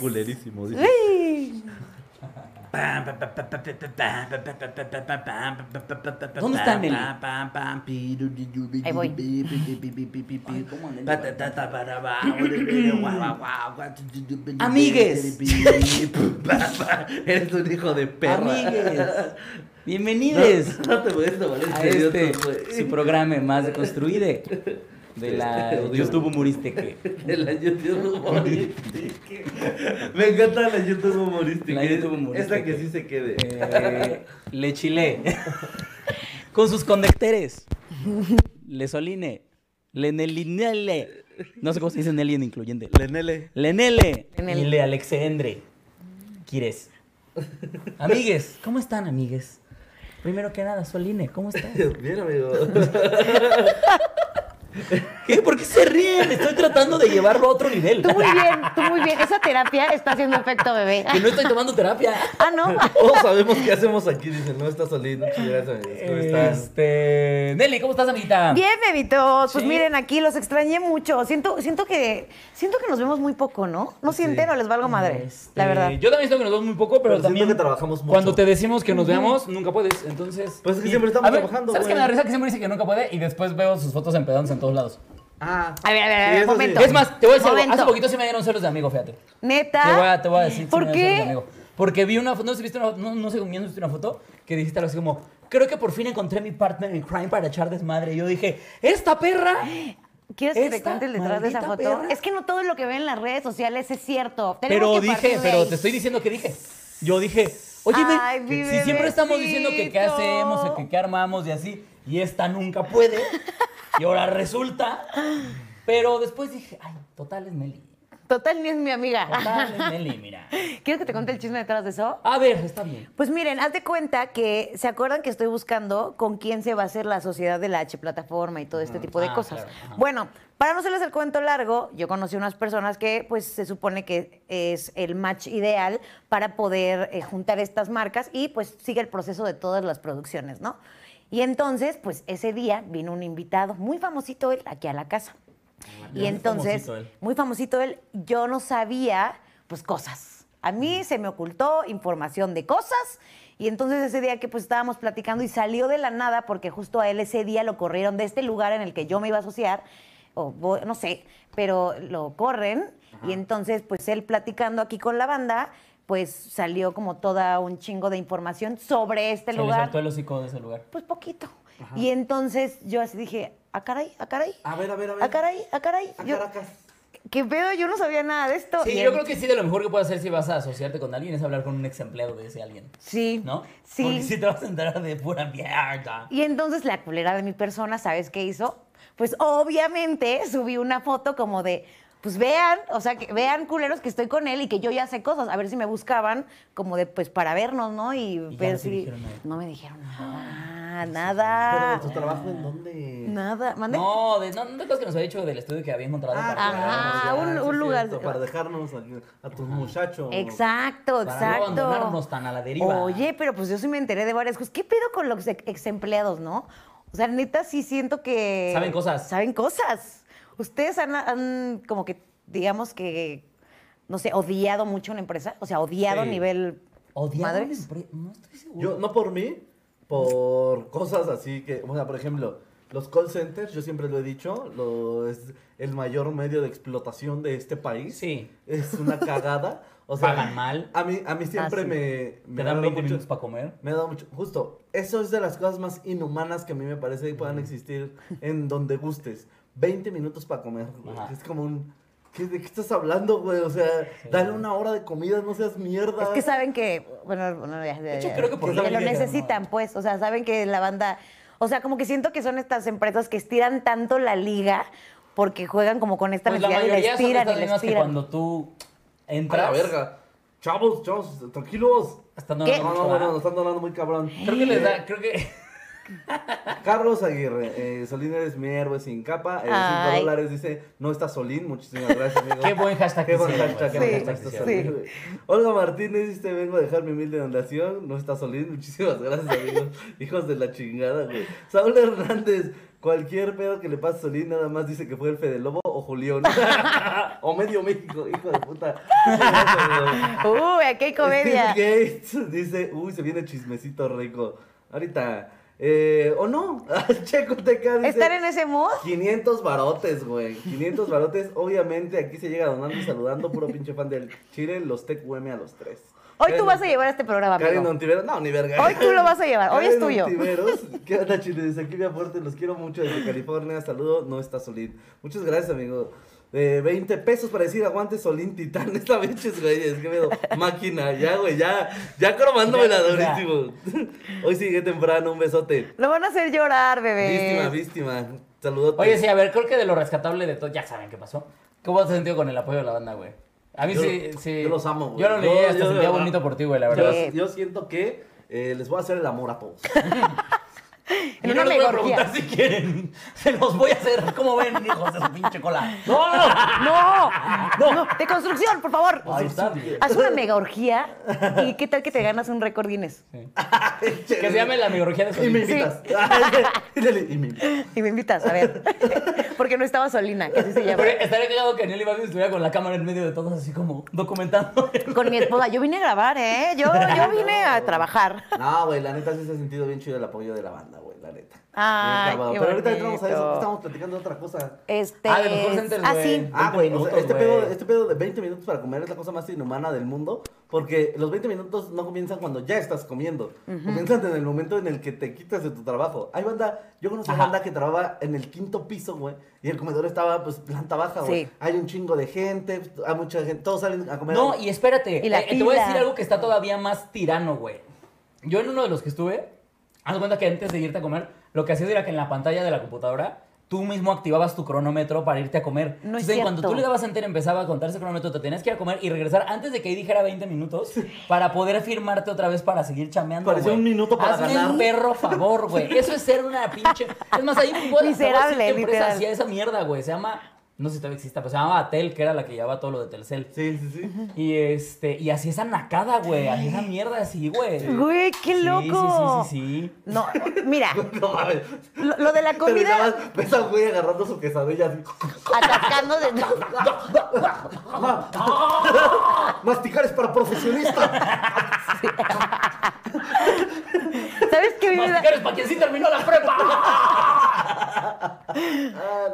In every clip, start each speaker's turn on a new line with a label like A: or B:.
A: Culerísimo, dice.
B: Uy.
C: ¿Dónde
A: ¿Dónde
C: está Nelly?
A: Nelly?
B: Ahí voy.
C: Ay, ¿cómo Nelly?
A: Amigues. Eres un hijo de perra.
C: Amigues,
A: No,
C: bienvenidos
A: no te puedes tomar en
C: a
A: serio,
C: este
A: tú, güey.
C: su programa más deconstruido de la
A: Este,
C: YouTube humorística.
A: De la YouTube humorística. Me encanta la YouTube humorística.
C: La YouTube humorística.
A: Esa que sí se quede.
C: Eh, le chile con sus conectores, le soline, le nelinele, no sé cómo se dice Nelly en incluyente,
A: Lenele.
C: Lenele
B: Lenele.
C: y le Alexandre. Quires. Amigues, ¿cómo están, amigues? Primero que nada, Soline, ¿cómo estás?
A: Bien, amigo.
C: ¿Qué? ¿Por qué se ríen? Estoy tratando de llevarlo a otro nivel.
B: Tú muy
C: Que
B: bien, tú muy bien. Esa terapia está haciendo efecto, bebé.
C: no estoy tomando terapia.
B: Ah, no.
A: Todos sabemos qué hacemos aquí. Dicen, no estás solito. Gracias, amigos. ¿Cómo estás?
C: Este. Nelly, ¿cómo estás, amiguita?
B: Bien, bebitos. Pues
C: Sí.
B: miren, aquí los extrañé mucho. Siento, siento que, siento que nos vemos muy poco, ¿no? No sienten o les valgo madre.
C: Este,
B: La verdad.
C: Yo también siento que nos vemos muy poco, pero,
A: Pero siento
C: también.
A: que trabajamos mucho.
C: Cuando te decimos que nos veamos, nunca puedes. Entonces.
A: Pues es que
C: y-
A: siempre estamos
C: a ver,
A: trabajando,
C: ¿Sabes qué
A: güey?
C: me da risa? Que siempre dice que nunca puede y después veo sus fotos empedadas en todos lados.
A: Ah.
B: A ver, a ver, a ver,
A: Eso sí.
B: momento.
C: Es más, te voy a decir, algo.
B: Momento.
C: hace poquito sí me dieron celos de amigo, fíjate.
B: Neta.
C: Te voy a, te voy a decir. sí me
B: ¿Por
C: dieron celos de
B: qué?
C: amigo. Porque vi una foto, no sé, viste una, no, no sé con quién viste una foto que dijiste algo así como, creo que por fin encontré mi partner en crime para echar desmadre. Y yo dije, esta perra.
B: ¿Quieres que te
C: Esta
B: cuente el detrás de esa foto?
C: maldita perra.
B: Es que no todo lo que ven en las redes sociales es cierto. Tenemos
C: Pero
B: que partir
C: dije,
B: de
C: pero
B: ahí.
C: te estoy diciendo que dije. Yo dije, oye,
B: Ay,
C: men,
B: mi
C: si siempre estamos diciendo que qué
B: bebecito.
C: hacemos, que qué armamos y así, y esta nunca puede, y ahora resulta. Pero después dije, ay, total es Nelly.
B: Total, ni es mi amiga.
C: Total es Nelly, mira.
B: ¿Quieres que te cuente el chisme detrás de eso?
C: A ver, está bien.
B: Pues miren, haz de cuenta que se acuerdan que estoy buscando con quién se va a hacer la sociedad de la H plataforma y todo este tipo de
C: ah,
B: cosas.
C: claro, ajá.
B: bueno, para no hacerles el cuento largo, yo conocí unas personas que pues se supone que es el match ideal para poder eh, juntar estas marcas y pues sigue el proceso de todas las producciones, ¿no? Y entonces, pues ese día vino un invitado, muy famosito él, aquí a la casa. Y
C: Muy
B: entonces,
C: famosito él.
B: muy famosito él, yo no sabía, pues, cosas. A mí se me ocultó información de cosas. Y entonces ese día que pues estábamos platicando y salió de la nada porque justo a él ese día lo corrieron de este lugar en el que yo me iba a asociar, o vo- no sé, pero lo corren. Y entonces pues él platicando aquí con la banda, pues salió como toda un chingo de información sobre este
C: Se le
B: lugar.
C: soltó el hocico de ese lugar.
B: Pues poquito. Y entonces yo así dije, ah, caray, ah, caray.
A: A ver, a ver, a ver.
B: Ah, caray, ah, caray.
A: A
B: Yo-
A: Caracas.
B: ¿Qué pedo? Yo no sabía nada de esto.
C: Sí,
B: Y
C: yo
B: él-
C: creo que sí, de lo mejor que puedes hacer si vas a asociarte con alguien es hablar con un ex empleado de ese alguien,
B: Sí.
C: ¿no? Porque
B: Sí.
C: si te vas a enterar de pura mierda.
B: Y entonces la culera de mi persona, ¿sabes qué hizo? Pues obviamente subí una foto como de, pues vean, o sea, que vean culeros que estoy con él y que yo ya sé cosas, a ver si me buscaban como de, pues para vernos, ¿no? Y,
C: ya
B: ver
C: no te
B: si-
C: dijeron nada. Ah, pues
B: No me dijeron nada,
A: Pero
B: nada,
A: de tu trabajo, ¿en dónde?
B: nada. ¿Mande?
C: No, de, no, no te acuerdas que nos había dicho del estudio que había encontrado
A: Ah,
C: para
B: Ajá.
C: grabar?
A: claro,
B: un-
A: ya, sí
B: un
A: es
B: lugar-
A: cierto, Para dejarnos a, a tus muchachos.
B: Exacto,
C: Para no
B: exacto.
C: abandonarnos tan a la deriva.
B: Oye, pero pues yo sí me enteré de varias cosas. ¿Qué pedo con los ex ex empleados, no? O sea, neta, sí siento que.
C: Saben cosas.
B: Saben cosas. Ustedes han, han como que, digamos que, no sé, odiado mucho una empresa. O sea, odiado a
A: Sí.
B: nivel.
C: Odiado
B: madres.
C: No estoy seguro.
A: Yo, no por mí, por cosas así que, o sea, por ejemplo, los call centers, yo siempre lo he dicho, lo, es el mayor medio de explotación de este país.
C: Sí.
A: Es una cagada. O sea,
C: Pagan mal.
A: A mí, a mí siempre
B: Ah, sí.
A: me, me
C: Te
A: ha dado
C: dan 20
A: mucho-
C: minutos para comer.
A: Me ha dado mucho. Justo, eso es de las cosas más inhumanas que a mí me parece que puedan existir en donde gustes. 20 minutos para comer, güey.
C: Ajá.
A: Es como un. ¿qué- ¿De qué estás hablando, güey? O sea, dale una hora de comida, no seas mierda.
B: Es que saben que. Bueno, bueno, ya.
C: hecho, creo que por
B: lo
C: ley ya
B: lo
C: no.
B: necesitan, pues. O sea, saben que la banda. O sea, como que siento que son estas empresas que estiran tanto la liga porque juegan como con esta
C: Pues la
B: necesidad y la
C: mayoría son
B: estiran
C: estas
B: y la
C: mismas que
B: estiran.
C: cuando tú
A: A
C: entras.
A: la verga. Chavos, chavos, tranquilos.
C: Están dando
B: ¿Qué?
A: No, no, bueno, nos están donando muy cabrón.
C: Creo que les da. Creo que.
A: Carlos Aguirre, eh, Solín eres mi héroe sin capa. Eh,
B: Ay.
A: 5 dólares dice, no está Solín, muchísimas gracias, amigo.
C: Qué buen hashtag.
A: Qué buen
C: hicieron,
A: hashtag,
C: güey.
A: qué
B: Sí,
A: buen
C: Hashtag
A: hashtag está
B: sí.
C: hicieron.
A: Solín, güey. Olga Martínez dice, vengo a dejar mi humilde donación. No está Solín, muchísimas gracias, amigos. Hijos de la chingada, güey. Saúl Hernández, cualquier pedo que le pase a Solín, nada más dice que fue el Fede Lobo o Julión. o medio México, hijo de puta.
B: Uy, aquí hay comedia.
A: Steve Gates dice, uy, se viene chismecito rico. Ahorita. Eh, o no, Checo TK dice,
B: ¿Estar en ese mood?
A: 500 barotes, güey. 500 barotes. Obviamente aquí se llega donando y saludando, puro pinche fan del Chile. Los tec UM a los tres.
B: Hoy tú
A: Karen-
B: vas a llevar este programa,
A: Karen
B: amigo.
A: Ontiveros. No, ni verga.
B: Hoy tú lo vas a llevar, hoy es
A: Karen
B: tuyo.
A: Ontiveros. ¿Qué onda, Chile? Desde aquí me aporte. Los quiero mucho desde California. Saludo. No está Solín. Muchas gracias, amigo. Eh, 20 pesos para decir aguante Solín Titán. Esta bichos, güey. Es que veo máquina. Ya, güey. Ya, ya cromándomela
C: Ya, ya.
A: durísimo. Hoy sigue temprano. Un besote.
B: Lo van a hacer llorar,
A: Víctima,
B: bebé.
A: víctima. Saludote.
C: Oye, sí, a ver, creo que de lo rescatable de todo, ya saben qué pasó. ¿Cómo te has sentido con el apoyo de la banda, güey? A mí
A: Yo-
C: sí, sí.
A: yo los amo, güey.
C: Yo lo leí,
A: Yo-
C: hasta
A: yo de
C: sentía
A: verdad.
C: bonito por ti, güey, la
A: Yo,
C: verdad.
B: Sí.
A: yo siento que eh, les voy a hacer el amor a todos.
B: En
C: Y
B: una
C: no les voy a
B: megorgía.
C: preguntar si quieren. Se los voy a hacer. ¿Cómo ven, hijos de su pinche cola?
B: ¡No! ¡No! ¡De construcción, por favor!
C: Ahí está. Que
B: Haz una mega orgía y qué tal que te ganas un récord Guinness.
A: que
C: se llame la migorgía de su
A: Y me
C: pinche.
A: invitas. Dile, y me invitas.
B: Y me invitas, a ver. Porque no estaba Solina, que así se llama.
C: Porque estaría cagado que Nelly Babin estuviera con la cámara en medio de todos, así como documentando.
B: Con mi esposa. Yo vine a grabar, ¿eh? Yo, yo vine a trabajar.
A: No, güey, la neta sí se ha sentido bien chido el apoyo de la banda, güey, la neta.
B: Ay,
A: Bien cabrón.
B: qué
A: Pero ahorita entramos a eso,
B: bonito.
A: que estamos platicando de otra cosa.
B: Este.
C: Ah, de los call centers,
B: ah,
C: güey.
B: sí.
C: 20
A: Ah, güey, o sea,
C: minutos,
A: este,
C: güey.
A: pedo, este pedo de 20 minutos para comer es la cosa más inhumana del mundo, porque los 20 minutos no comienzan cuando ya estás comiendo, comienzan en el momento en el que te quitas de tu trabajo. Hay banda, yo conozco
C: Ajá.
A: banda que trabajaba en el quinto piso, güey, y el comedor estaba, pues, planta baja, güey.
B: Sí.
A: Hay un chingo de gente, pues, hay mucha gente, todos salen a comer.
C: No, y espérate.
B: Y la
C: eh, te voy a
B: fila.
C: decir algo que está todavía más tirano, güey. Yo en uno de los que estuve, haz cuenta que antes de irte a comer, lo que hacías era que en la pantalla de la computadora tú mismo activabas tu cronómetro para irte a comer.
B: No es
C: Entonces, cuando
B: cierto.
C: tú le dabas enter, empezaba a contar ese cronómetro, te tenías que ir a comer y regresar antes de que ahí dijera 20 minutos para poder firmarte otra vez para seguir chameando.
A: Parecía
C: güey.
A: un minuto para
C: Hazme
A: ganar.
C: un perro favor, güey. Eso es ser una pinche. Es más, ahí me puedo- te voy a decir
B: Miserable,
C: qué empresa
B: literal.
C: hacía esa mierda, güey. Se llama. No sé si todavía exista, pero se llamaba Tel, que era la que llevaba todo lo de Telcel.
A: Sí, sí, sí.
C: Y este, y así esa nacada, güey. Así esa mierda así, güey.
B: Güey, qué
C: Sí,
B: loco.
C: Sí, sí, sí, sí.
B: No, mira,
A: No mames.
B: lo, lo de la comida
A: Terminabas, ves al güey agarrando su quesadilla así.
B: atascando de.
A: Masticar es para profesionistas.
B: ¿Sabes qué vive la-
C: Masticar es para quien sí terminó la prepa.
A: Ah,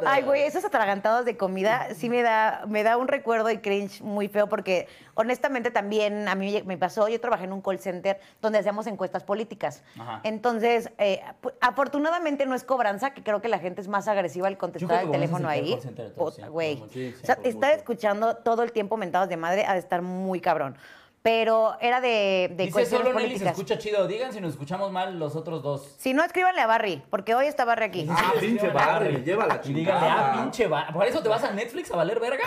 A: no.
B: Ay, güey, esas atragantadas de comida sí me da, me da un recuerdo y cringe muy feo porque honestamente también a mí me pasó, yo trabajé en un call center donde hacíamos encuestas políticas.
C: Ajá.
B: Entonces, eh, ap- afortunadamente no es cobranza, que creo que la gente es más agresiva al
C: creo
B: contestar
C: que
B: el
C: cobranza es
B: teléfono
C: el peor
B: ahí.
C: call center de todos,
B: Puta,
C: sí,
B: Güey,
C: por mucho.
B: o sea,
A: Sí, por
B: estar
A: mucho.
B: escuchando todo el tiempo mentadas de madre ha de estar muy cabrón. Pero era de, de
C: Dice
B: cuestiones
C: solo Nelly, se
B: políticas.
C: escucha chido. Digan si nos escuchamos mal los otros dos.
B: Si no, escríbanle a Barry, porque hoy está Barry aquí.
A: Ah, pinche Barry, me lleva la
C: Y díganle,
A: chingada.
C: ah, pinche bar. ¿Por eso te vas a Netflix a valer verga?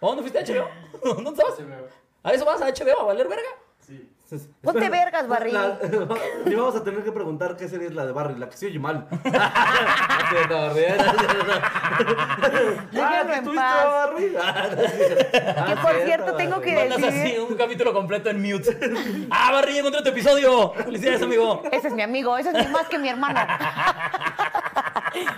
C: ¿O dónde fuiste a HBO? ¿Dónde estabas? ¿A eso vas a HBO a valer verga?
B: Ponte vergas, Barry.
A: La- Y vamos a tener que preguntar qué serie es la de Barry, la que se oye mal. No es cierto, Barry.
B: Déjenlo en
A: ¿qué Ah, tuviste,
B: paz.
A: Barry? Ah, no es cierto.
B: Que
A: Ah,
B: por
A: es
B: cierto, tengo
A: Barry.
B: que
C: Mandas así
B: decir.
C: un capítulo completo en mute. ¡Ah, Barry, encontré tu episodio! ¡Felicidades, amigo!
B: Ese es mi amigo, ese es mi- más que mi hermano.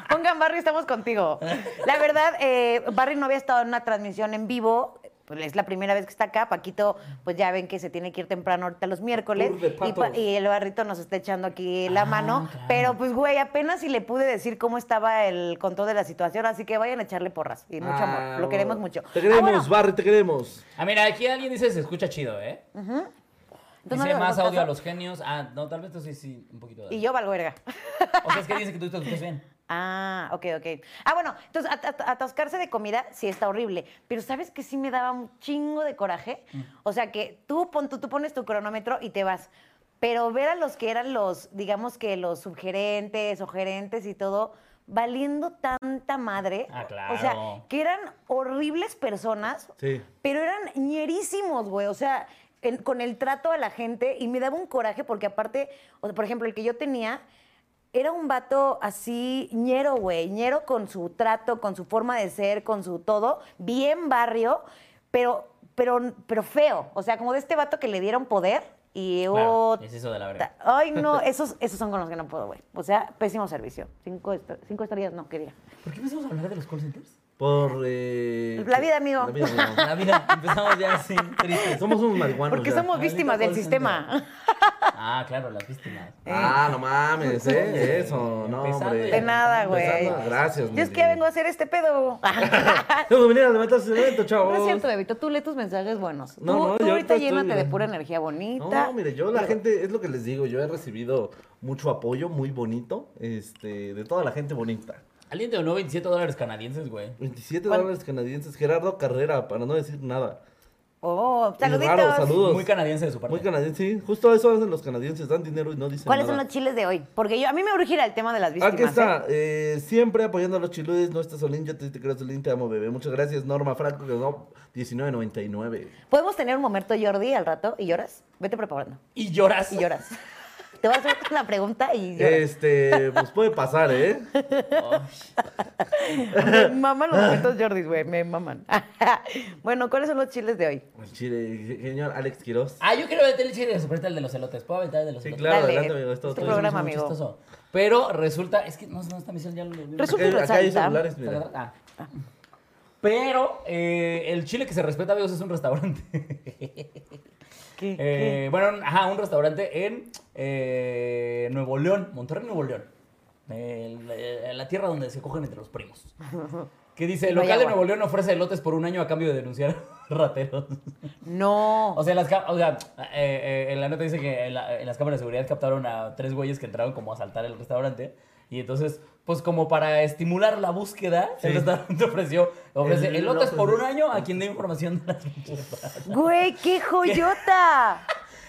B: Pongan Barry, estamos contigo. La verdad, eh, Barry no había estado en una transmisión en vivo. Pues es la primera vez que está acá. Paquito, pues ya ven que se tiene que ir temprano ahorita los miércoles.
A: Tour de
B: Y,
A: patos.
B: pa- y el barrito nos está echando aquí la
C: Ah,
B: mano.
C: claro.
B: Pero pues, güey, apenas si le pude decir cómo estaba el control de la situación. Así que vayan a echarle porras. Y mucho amor. Lo queremos mucho.
A: Te
B: Ah,
A: queremos,
B: bueno,
A: Barry, te queremos.
C: Ah, mira, aquí alguien dice se escucha chido, ¿eh?
B: ¿tú no
C: dice
B: le
C: más
B: das
C: audio a
B: caso?
C: los genios. Ah, no, tal vez tú sí, sí, un poquito.
B: Y yo valgo verga.
C: O sea, es que dice que tú te escuchas bien.
B: Ah, ok, ok. Ah, bueno, entonces at- at- atascarse de comida sí está horrible, pero ¿sabes que sí me daba un chingo de coraje?
C: Mm.
B: O sea, que tú, pon, tú, tú pones tu cronómetro y te vas, pero ver a los que eran los, digamos que los subgerentes o gerentes y todo, valiendo tanta madre.
C: Ah,
B: O sea,
C: claro.
B: que eran horribles personas,
A: Sí.
B: pero eran ñerísimos, güey. O sea, en- con el trato a la gente y me daba un coraje porque aparte, o sea, por ejemplo, el que yo tenía era un vato así ñero, güey, ñero con su trato, con su forma de ser, con su todo, bien barrio, pero, pero, pero feo. O sea, como de este vato que le dieron poder y
C: Claro,
B: otra-
C: es eso de la verga.
B: Ay, no, esos, esos son con los que no puedo, güey. O sea, pésimo servicio. Cinco, estra- cinco estrellas no quería.
C: ¿Por qué empezamos a hablar de los call centers?
A: Por. eh,
B: La vida, amigo.
A: la vida, amigo.
C: La vida, empezamos ya así, tristes.
A: Somos unos marihuanos.
B: Porque
A: ya.
B: somos
C: maldito
B: víctimas del
C: call
B: sistema.
C: Ah, claro, las víctimas.
A: Ah, no mames, ¿eh? Eso, no,
C: Empezando
A: hombre.
C: ya.
B: eh. De nada, güey.
A: Empezando, Gracias,
B: Yo es que ya vengo a hacer este pedo.
A: Tengo que venir a levantar su evento, chavos.
B: No es cierto, Bebito, tú lee tus mensajes buenos.
A: No,
B: tú
A: no,
B: tú
A: yo
B: ahorita
A: ahorita
B: llénate de
A: estoy-
B: pura energía bonita.
A: No, mire, yo la gente, es lo que les digo, yo he recibido mucho apoyo, muy bonito, este, de toda la gente bonita.
C: Alguien te donó 27 dólares canadienses, güey.
A: 27
B: ¿Cuál?
A: dólares canadienses, Gerardo Carrera, para no decir nada.
B: Oh,
A: Es
B: saluditos.
A: raro, saludos.
C: Muy canadiense de su parte.
A: Muy canadiense, sí, justo eso hacen los canadienses, dan dinero y no dicen
B: ¿Cuáles son
A: nada.
B: los chiles de hoy? Porque yo a mí me urge ir al tema de las víctimas.
A: Aquí está, eh, siempre apoyando a los chiludes, no estás Solín, yo te, te creo Solín, te amo bebé. Muchas gracias, Norma Franco, que donó 19.99.
B: ¿eh? ¿Podemos tener un momento, Jordi, al rato y lloras? Vete preparando.
C: Y lloras.
B: Y lloras. Te voy a hacer la pregunta y lloras.
A: Este, pues puede pasar, ¿eh?
B: Me maman los momentos Jordi, güey, me maman. bueno, ¿cuáles son los chiles de hoy?
A: El chile, señor Alex Quiroz.
C: Ah, yo quiero meterle chile de soporte al de los elotes. ¿Puedo aventar el de los
A: Sí,
C: elotes?
A: claro,
B: Dale,
A: adelante, amigo, es todo
B: es tu
A: tuyo.
B: programa,
C: Es muy
B: amigo.
C: chistoso. Pero resulta, es que no, no esta misión ya lo...
B: Resulta y
A: Acá, acá hay
B: resalta.
A: celulares, mira.
C: Ah. Pero eh, el chile que se respeta, amigos, es un restaurante.
B: ¿Qué, qué?
C: Eh, bueno, ajá, un restaurante en eh, Nuevo León, Monterrey, Nuevo León. El- el- la tierra donde se cogen entre los primos. Que dice, el
B: No hay
C: local de
B: agua.
C: Nuevo León ofrece elotes por un año a cambio de denunciar rateros.
B: No.
C: O sea, las, ca- o sea eh, eh, en la nota dice que en, la- en las cámaras de seguridad captaron a tres güeyes que entraron como a asaltar el restaurante. Y entonces, pues como para estimular la búsqueda, el
A: Sí.
C: restaurante ofreció, ofrece
A: El
C: elotes
A: elote,
C: por un
A: ¿no?
C: año a quien dé información de las pinches
B: Güey, qué joyota.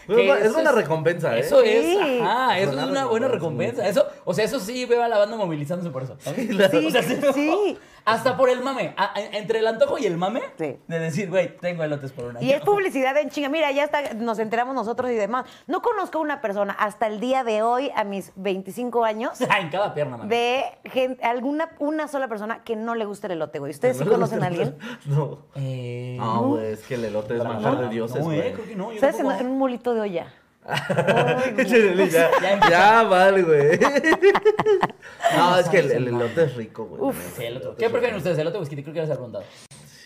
A: Bueno,
C: Que
A: Pues es
C: eso
A: una
C: es-
A: recompensa, ¿eh?
C: Eso
B: Sí.
C: es, ajá,
A: Es
C: eso
A: una
C: es una buena
A: recompensa.
C: recompensa. Eso, o sea, eso sí veo a la banda movilizándose por eso. ¿sabes?
B: Sí,
C: O sea, sí,
B: sí.
C: Hasta por el mame. a- a- entre el antojo y el mame,
B: Sí.
C: de decir, güey, tengo elotes por una.
B: Y es publicidad en chinga. Mira, ya está, nos enteramos nosotros y demás. No conozco a una persona hasta el día de hoy, a mis 25 años,
C: en cada pierna, man.
B: de gen- alguna una sola persona que no le gusta el elote, güey. ¿Ustedes sí
A: ¿No le
B: conocen a
A: gusta el-
B: alguien?
A: No.
C: Eh,
A: No, güey, es que el elote es manjar de dioses,
C: No, eh,
A: güey.
C: creo que no. Yo
B: ¿Sabes? En,
C: tampoco.
B: en un molito de olla.
A: Échale, ya, ya, vale, güey. No, es que el, el elote es rico, güey.
C: Sí, el otro. ¿Qué prefieren ustedes, elote o esquite? Creo que ya les he preguntado.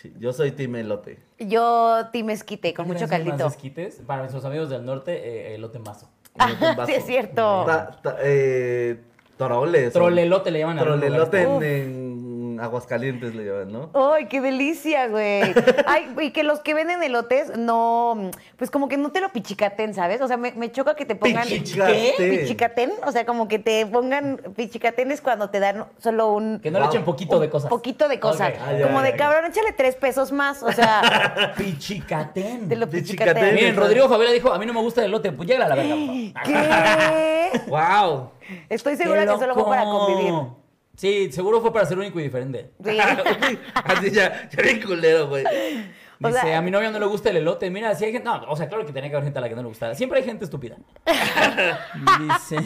A: Sí, yo soy team elote.
B: Yo ti mezquite con mucho
C: ¿Prefieren más
B: caldito.
C: esquites? Para nuestros amigos del norte, eh, elote mazo.
A: Elote en vaso.
B: sí, es cierto.
A: Ta- ta- eh, toroles.
C: Trolelote le llaman. a algunos
A: Trolelote
C: lugares.
A: en, en Aguascalientes le llaman, ¿no?
B: ¡Ay, qué delicia, güey! Ay, y que los que venden elotes no, pues como que no te lo pichicaten, ¿sabes? O sea, me, me choca que te pongan...
A: Pichicate.
B: ¿Pichicatén? O sea, como que te pongan... Pichicatén es cuando te dan solo un...
C: Que no le
A: Wow.
C: echen poquito de cosas.
B: Poquito de cosas.
C: Ok.
A: Ah, ya,
B: como
A: ya,
B: de
A: ya.
B: cabrón, échale tres pesos más. O sea,
C: Pichicatén.
B: te lo
A: Pichicatén.
B: pichicatean.
C: Miren, Rodrigo Favela dijo, a mí no me gusta el elote, pues llega a la verga. papá.
B: ¿Qué?
A: ¡Wow!
B: Estoy
C: ¡Qué
B: segura que solo fue para
C: loco!
B: convivir.
C: Sí, seguro fue para ser único y diferente.
B: Sí.
A: Así ya, ya bien culero, güey.
B: O
C: Dice,
B: sea- eh,
C: a mi novia no le gusta el elote. Mira, si hay gente... No, o sea, claro que tenía que haber gente a la que no le gustara. Siempre hay gente estúpida. Dice...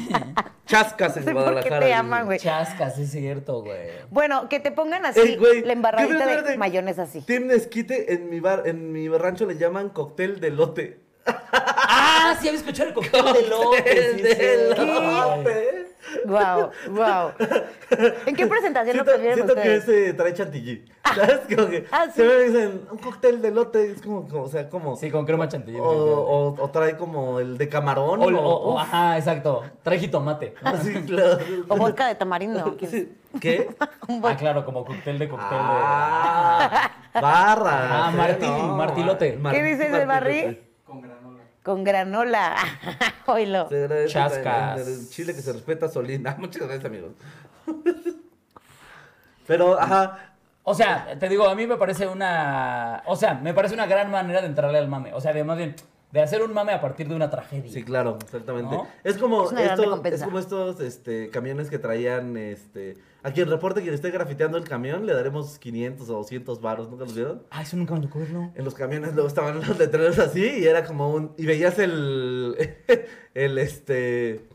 A: Chascas
B: No
A: en
B: sé por qué
A: Guadalajara.
B: te
A: dice.
B: aman, güey.
C: Chascas, es cierto, güey.
B: Bueno, que te pongan así
A: Ey, güey,
B: la embarradita
A: espérate,
B: de
A: espérate.
B: mayones así.
A: Team Nesquite en mi bar, en mi rancho le llaman cóctel de lote.
C: ¡Ah! Sí, había escuchado el cóctel de elote. sí, es cierto.
A: lote.
B: Wow, wow. ¿En qué presentación lo
A: Siento,
B: prefirieron
A: siento que
B: ustedes?
A: ese trae chantilly. ¿Sabes? Como que
B: Ah, sí.
A: se me dicen un cóctel de lote, es como, como- o sea, como
C: Sí, con crema chantilly.
A: o, o- o trae como el de camarón
C: O- o- ah. o- ajá, exacto. Trae jitomate.
A: así, claro.
B: O vodka de tamarindo. ¿quién-
A: Sí. ¿Qué?
C: Ah, claro, como cóctel de cóctel de...
A: Ah, barra.
C: Ah, Martín, Martilote.
B: ¿Qué dices del barril? Con granola. Oilo.
C: Chascas.
A: El Chile que se respeta Solín. Ah, muchas gracias, amigos. Pero, ajá.
C: O sea, te digo, a mí me parece una. O sea, me parece una gran manera de entrarle al mame. O sea, de más bien, de hacer un mame a partir de una tragedia.
A: Sí, claro, exactamente.
C: ¿No?
A: Es como
B: Es una gran
A: esto-
B: recompensa.
A: es como estos este, camiones que traían este a quien reporte quien esté grafiteando el camión le daremos 500 o 200 varos, ¿nunca los vieron?
C: Ah, eso nunca me lo acuerdo.
A: En los camiones luego estaban los letreros así y era como un y veías el el este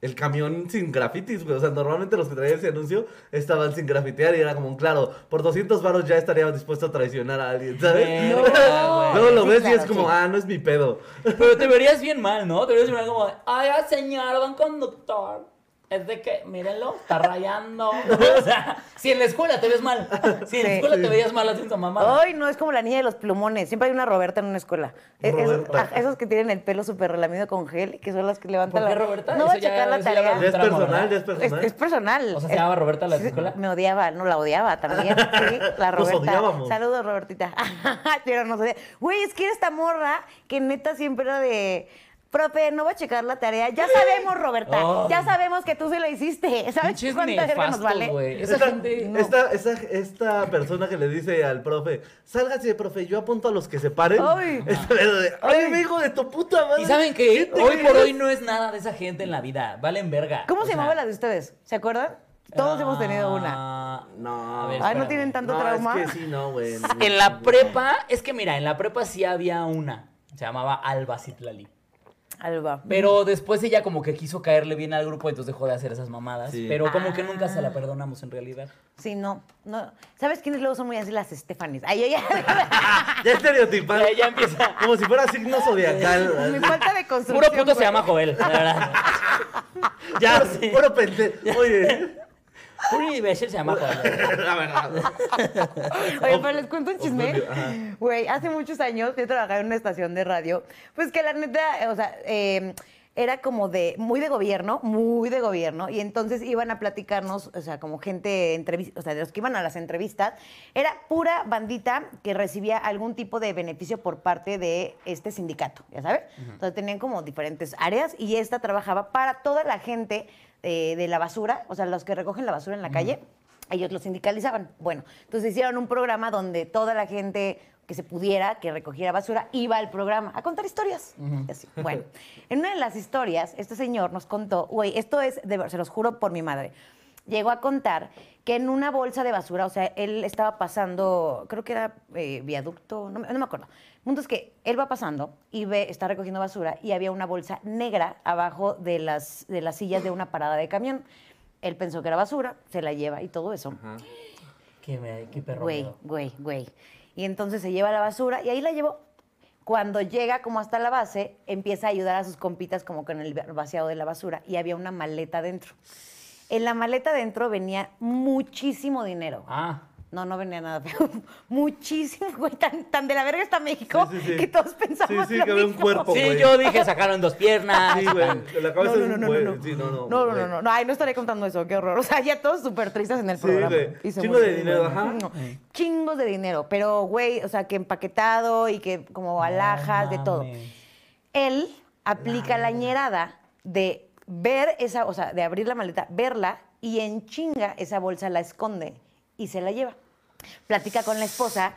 A: el camión sin grafitis, güey. O sea, normalmente los que traían ese anuncio estaban sin grafitear y era como, un claro, por 200 varos ya estaría dispuesto a traicionar a alguien, ¿sabes?
C: No,
B: güey.
A: Luego lo
B: Sí,
A: ves y
B: claro,
A: es como,
B: sí.
A: ah, no es mi pedo.
C: Pero te verías bien mal, ¿no? Te verías bien mal como, de, ay, ah, señor, don conductor. Es de que, mírenlo, está rayando. O sea, si en la escuela te ves mal, si en la
B: Sí.
C: escuela te veías mal haciendo mamá.
B: Ay, no, es como la niña de los plumones. Siempre hay una Roberta en una escuela. Es- es-
A: Roberta.
B: ah, esos que tienen el pelo súper relamido con gel, que son las que levantan
C: ¿Por
B: la...
C: qué Roberta?
B: No va a
C: Eso ya-
B: checar la
C: eso ya
B: tarea.
A: Ya es
C: Tramo,
A: personal,
C: ¿verdad?
A: ya es
B: Es,
A: personal.
B: es personal.
C: O sea, ¿se
B: Es-
C: llamaba Roberta la de la escuela?
B: Me odiaba, no la odiaba también. Sí, la
A: Nos
B: Roberta.
A: odiábamos.
B: Saludos, Robertita. Pero no sé. Güey, es que era esta morra que neta siempre era de. Profe, no va a checar la tarea. Ya sabemos, Roberta.
C: Ay.
B: Ya sabemos que tú se lo hiciste. ¿Sabes
C: Oh. Pinches
B: cuánta verga nos
C: nefastos,
B: vale?
C: güey. Esa
A: esta,
C: gente...
A: esta, esa- esta persona que le dice al profe, sálgase, profe, yo apunto a los que se paren.
B: Ay.
A: Es pedo de, Ay, hijo de tu puta madre.
C: Y saben que
A: te
C: hoy por
A: crees?
C: hoy no es nada de esa gente en la vida. Valen verga.
B: ¿Cómo
C: O
B: se
C: sea,
B: llamaba la de ustedes? ¿Se acuerdan? Todos hemos tenido una.
C: ah,
A: No.
C: A ver,
B: Ay, no
C: espérame.
B: tienen tanto
A: No,
B: trauma.
A: Es que sí, no, güey.
C: En la prepa, es que mira, en la prepa sí había una. Se llamaba Alba Citlali.
B: Alba.
A: Mm.
C: Pero después ella como que quiso caerle bien al grupo, entonces dejó de hacer esas mamadas.
A: Sí.
C: Pero como que nunca se
B: Ah.
C: la perdonamos en realidad.
B: Sí, no. no. ¿Sabes quiénes luego son muy así las Estefanis? Ay, ay,
A: Ya estereotipado.
C: Ya- ya empieza.
A: Como si fuera signo
B: ay. Mi
A: zodiacal.
B: falta de
C: Puro
B: construcción.
C: puto se
B: güey.
C: llama Joel, la verdad.
A: ya, puro pende- Oye,
C: Puro imbécil se llama Joel.
A: la verdad.
B: Oye,
A: O-
B: pero les cuento un chisme.
A: Ofelio, ajá.
B: Güey, hace muchos años yo trabajaba en una estación de radio. Pues que la neta, eh, o sea, eh, era como de, muy de gobierno, muy de gobierno. Y entonces iban a platicarnos, o sea, como gente, entrevis- o sea, de los que iban a las entrevistas. Era pura bandita que recibía algún tipo de beneficio por parte de este sindicato, ¿ya sabes? Entonces tenían como diferentes áreas y esta trabajaba para toda la gente eh, de la basura, o sea, los que recogen la basura en la calle ellos lo sindicalizaban. Bueno, entonces hicieron un programa donde toda la gente que se pudiera, que recogiera basura, iba al programa a contar historias. Y así. Bueno, en una de las historias, este señor nos contó, güey, esto es, de ver- se los juro por mi madre, llegó a contar que en una bolsa de basura, o sea, él estaba pasando, creo que era eh, viaducto, no, me- no me acuerdo. El punto es que él va pasando y ve, está recogiendo basura y había una bolsa negra abajo de las, de las sillas de una parada de camión. Él pensó que era basura, se la lleva y todo eso.
C: Qué, me- qué perro.
B: Güey,
C: miedo.
B: güey, güey. Y entonces se lleva la basura y ahí la llevó. Cuando llega como hasta la base, empieza a ayudar a sus compitas como con el vaciado de la basura y había una maleta dentro. En la maleta dentro venía muchísimo dinero.
C: Ah.
B: No, no venía nada, pero muchísimo, güey. Tan, tan de la verga está México
A: Sí, sí, sí.
B: que todos pensamos
A: Sí, sí,
B: lo
A: que había un
B: mismo.
A: cuerpo.
C: Sí,
A: güey.
C: yo dije sacaron dos piernas.
A: Sí, güey. La cabeza
B: No, no,
A: es
B: no,
A: un
B: no,
A: güey.
B: no.
A: Sí, no, no.
B: No, no,
A: güey.
B: no, no, no, ay, no estaré contando eso, qué horror. O sea, ya todos súper tristes en el
A: Sí,
B: programa.
A: güey.
B: Y se
A: Chingo de
B: murieron.
A: dinero, ajá.
B: No, Chingos de dinero, pero güey, o sea, que empaquetado y que como alhajas, de todo.
C: mames.
B: Él aplica la ñerada de ver esa, o sea, de abrir la maleta, verla y en chinga esa bolsa la esconde y se la lleva. Platica con la esposa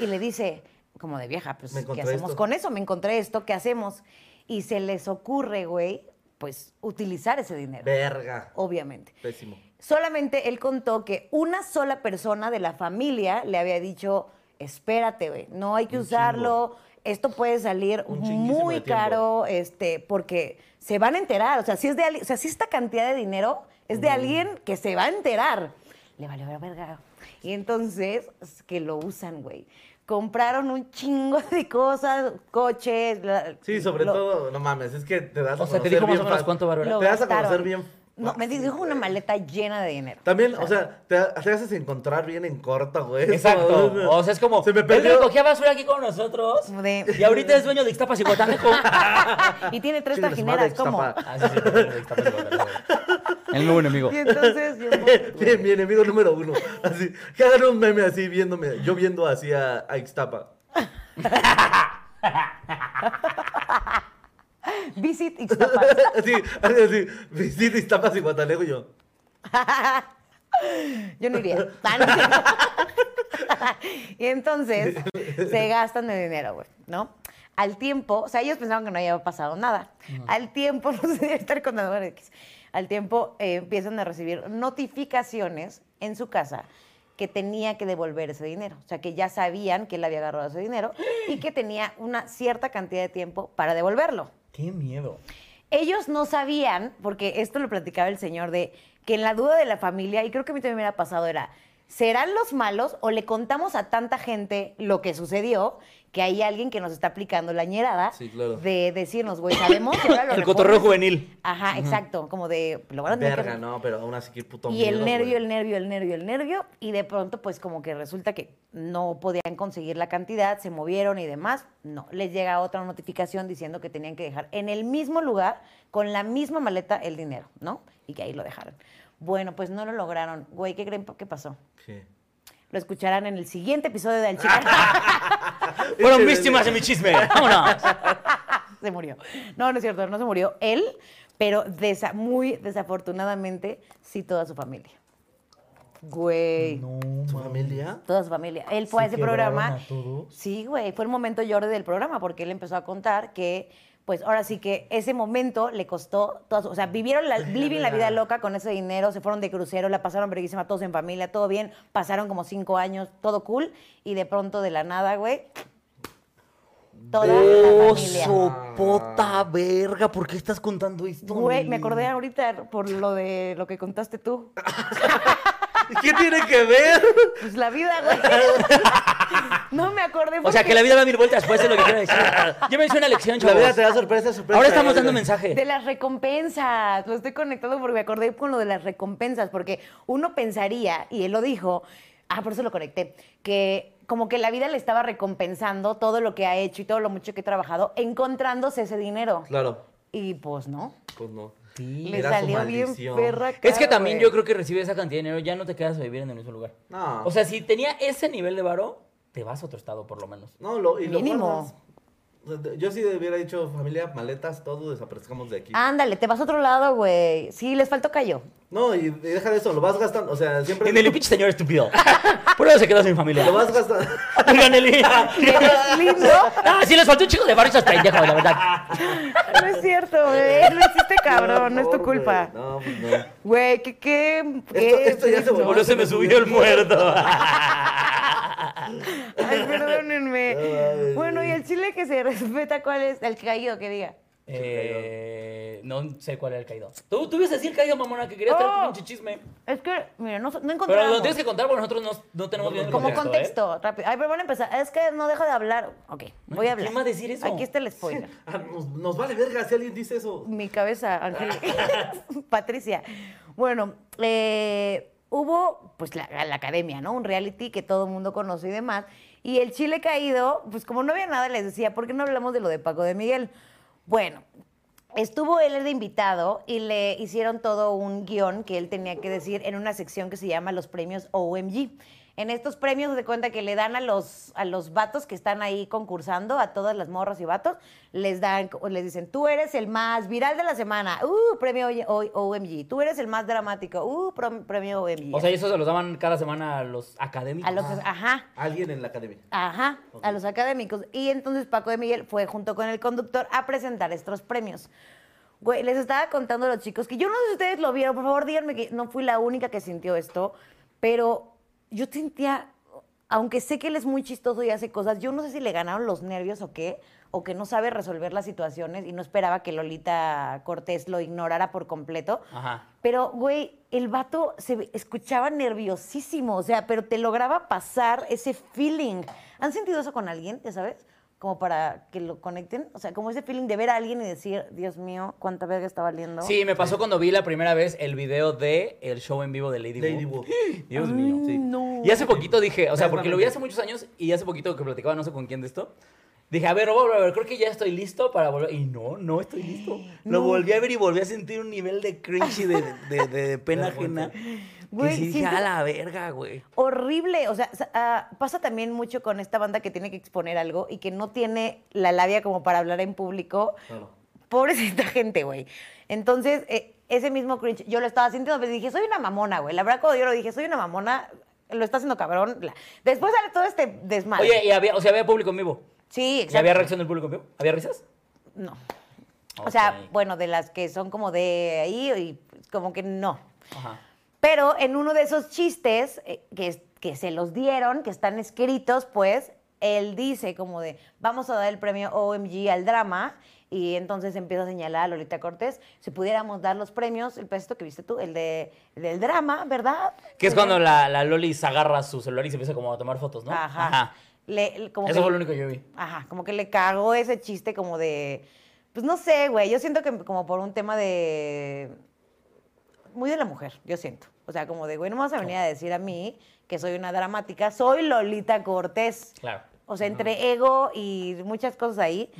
B: y, y le dice, como de vieja, pues,
A: Me
B: ¿qué
A: encontré
B: hacemos
A: esto.
B: con eso? Me encontré esto, ¿qué hacemos? Y se les ocurre, güey, pues utilizar ese dinero,
A: Verga.
B: obviamente.
A: Pésimo.
B: Solamente él contó que una sola persona de la familia le había dicho, espérate, güey, no hay que
A: Un
B: usarlo, esto puede salir
A: Un chinguísimo
B: muy
A: de tiempo.
B: caro, este, porque se van a enterar, o sea, si es de, ali- o sea, si esta cantidad de dinero es de alguien que se va a enterar. Le valió ver- verga. Y entonces es que lo usan, güey. Compraron un chingo de cosas, coches. la-
A: Sí, sobre
B: lo-
A: todo, no mames, es que te das a
C: O sea, ¿te
A: conocer
C: dijo más
A: bien
C: o menos
A: fa-
C: cuánto, Bárbara?
B: lo
A: Te das a conocer
B: gastaron.
A: bien.
B: No, me
A: fácil,
B: dijo una Ah.
A: güey.
B: maleta llena de dinero.
A: También, o sea, te, te haces encontrar bien en corta, güey.
C: Exacto. O sea, es como.
A: Se me
C: Él
A: perdió.
C: recogía basura aquí con nosotros.
B: Como de-
C: Y ahorita es dueño de Ixtapas y Guatanejo.
B: Y tiene tres
A: Chinga su madre,
B: trajineras, ¿cómo?
A: Ixtapa.
C: Ah, sí, sí, dueño de Ixtapas y Guatanejo.
D: El nuevo enemigo.
B: Y entonces yo,
A: Bien, mi enemigo número uno. Así, que hagan un meme así viéndome, yo viendo así a, a Ixtapa.
B: visit Ixtapa.
A: así, así, así, visita Ixtapas y Guatanejo y yo.
B: Yo no iría. Ah, no es cierto. y entonces se gastan el dinero, güey, ¿no? Al tiempo, o sea, ellos pensaban que no había pasado nada. Al tiempo, no sé, debe estar con la X. Al tiempo eh, empiezan a recibir notificaciones en su casa que tenía que devolver ese dinero. O sea, que ya sabían que él había agarrado ese dinero y que tenía una cierta cantidad de tiempo para devolverlo.
C: Qué miedo.
B: ellos no sabían, porque esto lo platicaba el señor, de que en la duda de la familia, y creo que a mí también me ha pasado, era, ¿serán los malos o le contamos a tanta gente lo que sucedió que hay alguien que nos está aplicando la ñerada
E: Sí, claro.
B: de decirnos, güey, sabemos que ahora lo
F: El cotorreo
B: reportas"?
F: juvenil.
B: Ajá, exacto, como de, lo van a tener que-
E: Verga, no, pero aún así que puto
B: y el
E: miedo,
B: nervio,
E: güey.
B: el nervio, el nervio, el nervio. Y de pronto, pues como que resulta que no podían conseguir la cantidad, se movieron y demás. No, les llega otra notificación diciendo que tenían que dejar en el mismo lugar, con la misma maleta, el dinero, ¿no? Y que ahí lo dejaron. Bueno, pues no lo lograron. Güey, ¿qué creen que pasó?
E: ¿Qué?
B: Lo escucharán en el siguiente episodio de Al Chica.
F: Fueron víctimas de mi chisme. Vámonos.
B: se murió. No, no es cierto, no se murió él, pero desa- muy desafortunadamente sí toda su familia. Güey.
E: ¿Su familia?
B: toda su familia. Él fue
C: ¿Se
B: a ese
C: quebraron
B: programa.
C: a todos?
B: Sí, güey, fue el momento Jordi del programa porque él empezó a contar que pues ahora sí que ese momento le costó todas, o sea, vivieron la, living la vida loca con ese dinero, se fueron de crucero, la pasaron verguísima, todos en familia, todo bien, pasaron como cinco años, todo cool, y de pronto de la nada, güey, toda la familia.
F: puta verga, ¿por qué estás contando esto?
B: Güey, me acordé ahorita por lo de lo que contaste tú.
E: ¿Qué tiene que ver?
B: Pues la vida, güey. No me acordé.
F: O sea,
B: porque-
F: que la vida da mil vueltas, pues es lo que quiero decir. Yo me hice una lección,
E: La
F: chavos.
E: vida te da sorpresa, sorpresa.
F: Ahora estamos dando
B: De
F: mensaje.
B: las recompensas. Lo estoy conectando porque me acordé con lo de las recompensas. Porque uno pensaría, y él lo dijo, ah, por eso lo conecté, que como que la vida le estaba recompensando todo lo que ha hecho y todo lo mucho que ha trabajado, encontrándose ese dinero.
E: Claro,
B: y pues no.
E: pues no.
B: Le
E: Era su
B: salió bien
E: maldición.
B: perra.
C: Es que
B: cara,
C: también
B: güey.
C: yo creo que recibes esa cantidad de dinero, ya no te quedas a vivir en el mismo lugar.
E: No.
C: O sea, si tenía ese nivel de varo, te vas a otro estado por lo menos.
E: No, lo, y lo
B: Mínimo.
E: guardas. O sea, Yo sí hubiera dicho, familia, maletas, todo, desaparezcamos de aquí.
B: Ándale, te vas a otro lado, güey. Sí, les faltó callo.
E: No, y, y deja de eso, lo vas gastando, o sea, siempre...
F: En el pinche señor estúpido. Por eso se quedó sin familia.
E: Lo vas gastando...
F: Oigan, Eli.
B: Eres lindo.
F: Ah, sí, les faltó un chico de barrio esas pendejos, la verdad.
B: No es cierto, güey. Lo hiciste cabrón, no es
E: por,
B: tu
E: güey.
B: culpa.
E: No, pues no.
B: Güey, ¿qué, qué,
E: Esto,
B: qué Ah,
E: esto ya se volvió...
F: Por eso se me subió el muerto.
B: Ay, perdónenme.
E: Ay.
B: bueno, y el chile que se respeta, ¿cuál es? El caído que diga.
C: Eh, no sé cuál era el caído. Tú, tú ibas a decir caído, mamona, que querías traer
B: Oh.
C: tu pinche chisme.
B: Es que, mira, no, no
C: Pero
B: encontramos.
C: lo tienes que contar porque nosotros no, no tenemos bien el
B: Como
C: ¿eh?
B: contexto, rápido. Ay, pero van a empezar. Es que no deja de hablar. Ok, voy a hablar.
C: ¿quién va a decir eso?
B: Aquí está el spoiler.
E: Ah, nos, nos vale verga si alguien dice eso.
B: Mi cabeza, Ángel. Patricia. Bueno, eh, hubo pues la, la academia, ¿no? Un reality que todo el mundo conoce y demás. Y el chile caído, pues como no había nada, les decía, ¿por qué no hablamos de lo de Paco de Miguel? Bueno, estuvo él de invitado y le hicieron todo un guión que él tenía que decir en una sección que se llama los premios OMG. En estos premios de cuenta que le dan a los, a los vatos que están ahí concursando, a todas las morras y vatos, les dan, o les dicen, tú eres el más viral de la semana, uh, premio O- OMG, tú eres el más dramático, uh, prom- premio OMG.
C: ¿eh? O sea, y eso se los daban cada semana a los académicos.
B: a los, ah, ajá,
E: Alguien en la academia.
B: Ajá, a los académicos. Y entonces Paco de Miguel fue junto con el conductor a presentar estos premios. Güey, les estaba contando a los chicos que yo no sé si ustedes lo vieron, por favor díganme que no fui la única que sintió esto, pero yo sentía, aunque sé que él es muy chistoso y hace cosas, yo no sé si le ganaron los nervios o qué, o que no sabe resolver las situaciones y no esperaba que Lolita Cortés lo ignorara por completo.
C: Ajá.
B: Pero, güey, el vato se ve- escuchaba nerviosísimo, o sea, pero te lograba pasar ese feeling. ¿Han sentido eso con alguien, ya sabes? Como para que lo conecten. O sea, como ese feeling de ver a alguien y decir, Dios mío, cuánta verga está valiendo.
C: Sí, me pasó cuando vi la primera vez el video de el show en vivo de Lady,
E: Lady
C: Wu.
E: Wu.
C: Dios mío.
E: Sí.
C: Y hace poquito dije, o sea,
E: Es
C: porque
E: una
C: lo vi
E: mentira.
C: hace muchos años y hace poquito que platicaba no sé con quién de esto. Dije, a ver, voy a volver a ver, creo que ya estoy listo para volver. Y no, no estoy listo. Lo volví a ver y volví a sentir un nivel de cringe y de, de- de- de pena ajena.
B: Güey,
C: que sí dije,
B: siento-
C: a la verga, güey.
B: Horrible, o sea, sa- ah, pasa también mucho con esta banda que tiene que exponer algo y que no tiene la labia como para hablar en público.
E: Claro.
B: Pobrecita gente, güey. Entonces, eh, ese mismo cringe, yo lo estaba sintiendo, pero dije, soy una mamona, güey. La verdad, cuando yo lo dije, soy una mamona, lo está haciendo cabrón. la- Después sale todo este desmadre.
C: Oye, y había, o sea, había público en vivo.
B: sí,
C: ¿Y había
B: exacto.
C: reacción del público en vivo? ¿Había risas?
B: No. O sea,
C: Ok.
B: bueno, de las que son como de ahí y pues, como que no.
C: Ajá.
B: Pero en uno de esos chistes eh, que, es- que se los dieron, que están escritos, pues, él dice como de, vamos a dar el premio OMG al drama. Y entonces empieza a señalar a Lolita Cortés, si pudiéramos dar los premios, el pesto que viste tú, el, de, el del drama, ¿verdad?
C: Que es cuando la, la Loli se agarra su celular y se empieza como a tomar fotos, ¿no?
B: Ajá. Le- le- como
C: Eso
B: que-
C: fue lo único que yo vi.
B: Ajá, como que le cagó ese chiste como de... Pues no sé, güey, yo siento que como por un tema de... Muy de la mujer, yo siento. O sea, como de, güey, no me vas a venir a decir a mí que soy una dramática, soy Lolita Cortés.
C: Claro.
B: O sea, entre ego y muchas cosas ahí.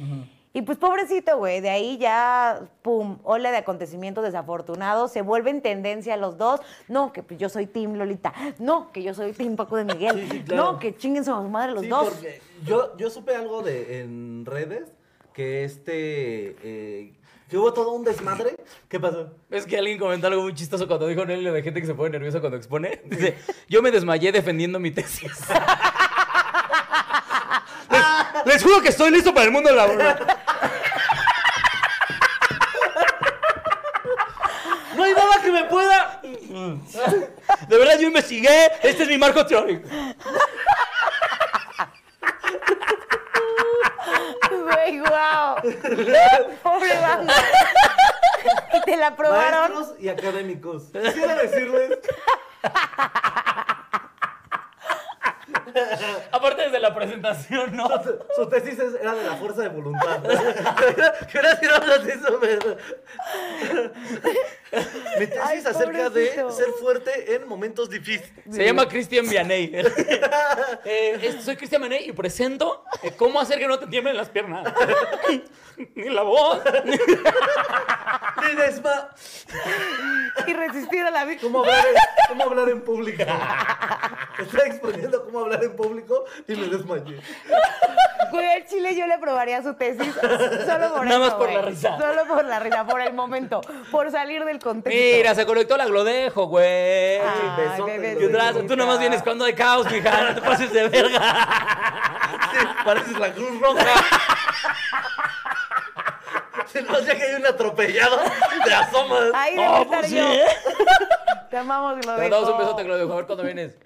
B: Y pues pobrecito, güey, de ahí ya, pum, ola de acontecimientos desafortunados, se vuelven tendencia los dos. No, que pues, yo soy Team Lolita. No, que yo soy Team Paco de Miguel.
A: Sí, sí, claro.
B: No, que chinguen a su madre los
A: Sí,
B: dos.
A: porque yo, yo supe algo de en redes que este eh, que hubo todo un desmadre. ¿Qué pasó?
C: Es que alguien comentó algo muy chistoso cuando dijo Nelly de gente que se pone nerviosa cuando expone. Dice, yo me desmayé defendiendo mi tesis. les, les juro que estoy listo para el mundo laboral.
G: No hay nada que me pueda. De verdad, yo investigué. Este es mi marco teórico.
B: Güey, guau. Pobre banda. Y te la probaron.
A: Maestros y académicos. Quisiera decirles
C: Aparte desde la presentación, ¿no?
A: su, su tesis es- era de la fuerza de voluntad. ¿Qué era si no hablas de eso, pero- Mi tesis
B: Ay,
A: acerca
B: pobrecito.
A: de ser fuerte en momentos difíciles.
C: Se llama Cristian Vianey. Eh, es- soy Cristian Vianey y presento eh, cómo hacer que no te tiemblen las piernas. Ni la voz.
A: Mi desma-
B: Y resistir a la vida.
A: ¿Cómo hablar, en, ¿Cómo hablar en público? Estaba exponiendo cómo hablar en público y me desmayé.
B: Güey, al chile yo le aprobaría su tesis solo
C: Nada
B: por eso,
C: más por
B: güey.
C: la risa.
B: Solo por la risa, por el momento. Por salir del contexto.
C: Mira, se conectó la glodejo, güey.
B: Ay,
A: besote,
B: bebecita.
C: ¿Qué traza? Tú nomás vienes cuando hay caos, mija. No te pases de verga.
A: Sí, pareces la Cruz Roja. Si no, ya que hay un atropellado, te asomas.
B: Ahí debe
C: No,
B: estar
C: pues sí,
B: yo.
C: ¿eh?
B: Te amamos, Glodejo.
C: Te damos un besote, Glodejo. A ver cuándo vienes.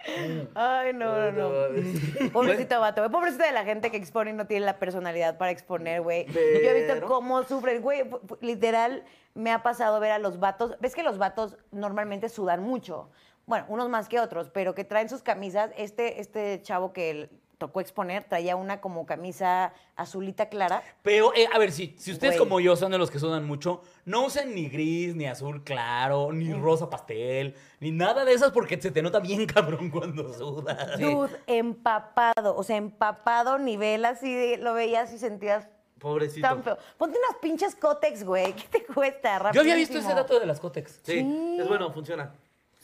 B: Ay, no, no, no. Pobrecito vato, güey. Pobrecito de la gente que expone y no tiene la personalidad para exponer, güey. Yo he visto
A: Pero-
B: cómo sufren, güey. Fu- fu- Literal, me ha pasado ver a los vatos. Ves que los vatos normalmente sudan mucho. Bueno, unos más que otros, pero que traen sus camisas. Este, este chavo que l- tocó exponer traía una como camisa azulita clara.
C: Pero, eh, a ver, si, si ustedes
B: Güey.
C: como yo son de los que sudan mucho, no usen ni gris, ni azul claro, ni rosa pastel, ni nada de esas porque se te nota bien cabrón cuando sudas.
B: Dude, empapado. O sea, empapado nivel así. de- Lo veías y sentías
A: Pobrecito.
B: tan feo. Ponte unas pinches cótex, güey. ¿Qué te cuesta?
C: Yo había visto ese
B: Rapidísimo.
C: dato de las Cotex.
A: Sí, es bueno, funciona.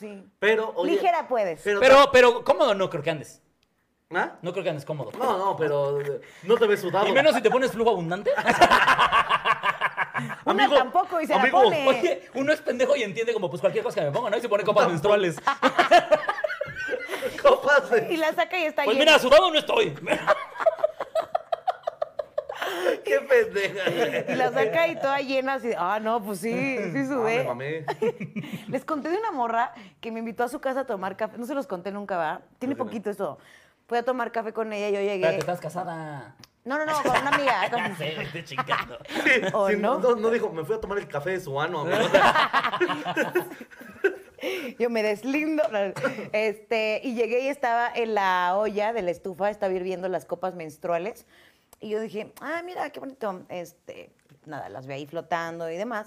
B: Sí.
A: Pero, oye.
B: Ligera puedes.
C: Pero, pero cómodo no creo que andes.
A: ¿Ah?
C: No creo que andes cómodo.
A: No, no, pero eh, no te ves sudado.
C: Y menos si te pones flujo abundante.
B: Una
A: Amigo,
B: tampoco y se
A: amigo,
B: la pone.
C: Oye, uno es pendejo y entiende como pues cualquier cosa que me ponga, ¿no? Y se pone copas menstruales.
A: copas
B: Y
A: de...
B: la saca y está
C: Pues
B: llena.
C: mira, sudado no estoy.
A: Qué pendeja.
B: Y
C: eh,
B: la saca y toda llena así. de, Ah, no, pues sí, sí
A: Ah, me
B: sudé.
A: mamé.
B: Les conté de una morra que me invitó a su casa a tomar café. No se los conté nunca, ¿va? Tiene poquito eso. Fui a tomar café con ella y yo
C: Pues Espérate,
B: llegué.
C: estás casada.
B: No, no, no, con una amiga. con-
C: Ya sé, estoy chingando.
B: ¿O
A: Sí,
B: no?
A: no? No dijo, me fui a tomar el café de su ano, amigo.
B: Yo me deslindo. No, Este, y llegué y estaba en la olla de la estufa, estaba hirviendo las copas menstruales. Y yo dije, ah, mira, qué bonito. Este, nada, las vi ahí flotando y demás.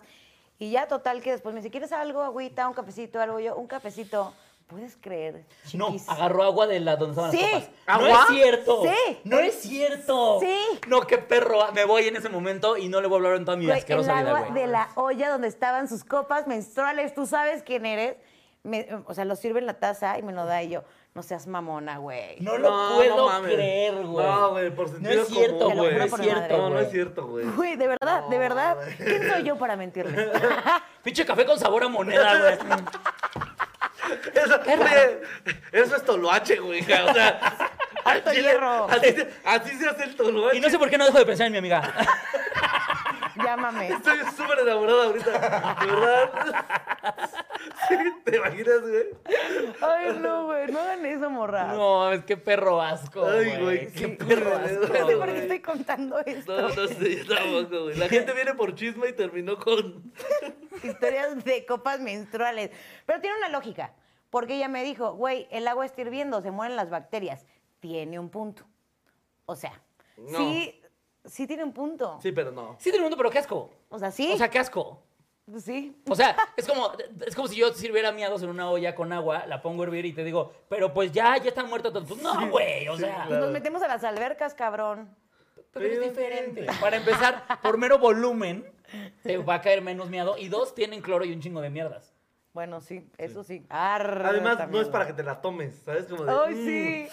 B: Y ya total que después me dice, ¿quieres algo, agüita, un cafecito, algo? Yo, un cafecito. ¿Puedes creer?
C: No,
B: chiquis?
C: agarró agua de la donde estaban
B: Sí.
C: las copas.
A: ¿Agua?
C: No es cierto.
B: Sí.
C: No es cierto.
B: Sí.
C: No, qué perro. Me voy en ese momento y no le voy a hablar en toda mi
B: Güey, el
C: asquerosa vida,
B: agua
C: güey.
B: de la olla donde estaban sus copas menstruales, tú sabes quién eres. Me- o sea, lo sirve en la taza y me lo da y yo, no seas mamona, güey.
C: No lo
A: No,
C: puedo
A: no mames.
C: creer, güey.
A: No, güey, por
C: No
A: sentido
C: es cierto,
A: común,
C: güey.
A: güey.
C: No es
B: Por
C: cierto,
B: madre.
A: No, no es
C: güey.
A: cierto, güey.
B: Güey, de verdad, de verdad. ¿Quién soy yo para mentirles?
C: Pinche café con sabor a moneda, güey.
A: Eso, oye, eso es toloache, güey. O sea,
B: Harto
A: al chile,
B: hierro.
A: Así, se- así se hace el toloache.
C: Y no sé por qué no dejo de pensar en mi amiga.
B: Llámame.
A: Estoy súper enamorada ahorita, de verdad. ¿Te imaginas, güey?
B: Ay, no, güey, no hagan eso, morra.
C: No, es que perro asco.
A: Ay, güey, qué perro
B: No
A: asco,
B: sé por
A: güey.
B: qué estoy contando esto.
A: No, no sé, yo tampoco, güey. La gente viene por chisme y terminó con.
B: Historias de copas menstruales. Pero tiene una lógica, porque ella me dijo, güey, el agua está hirviendo, se mueren las bacterias. Tiene un punto. O sea,
A: No.
B: sí, sí tiene un punto.
A: Sí, pero no.
C: Sí, tiene mundo, pero qué asco.
B: O sea, sí.
C: O sea, qué asco.
B: sí.
C: O sea, es como, es como si yo sirviera miados en una olla con agua, la pongo a hervir y te digo, pero pues ya, ya está muerto todo. Pues no, güey, o
A: sí,
C: sea,
A: claro.
B: Nos metemos a las albercas, cabrón.
C: pero es
A: Pero
C: diferente. Para empezar, por mero volumen, te va a caer menos miado. Y dos, tienen cloro y un chingo de mierdas.
B: Bueno, sí, eso sí. Arre,
A: Además, no
B: también.
A: es para que te la tomes, ¿sabes? Como de,
B: Ay,
A: mm,
B: sí.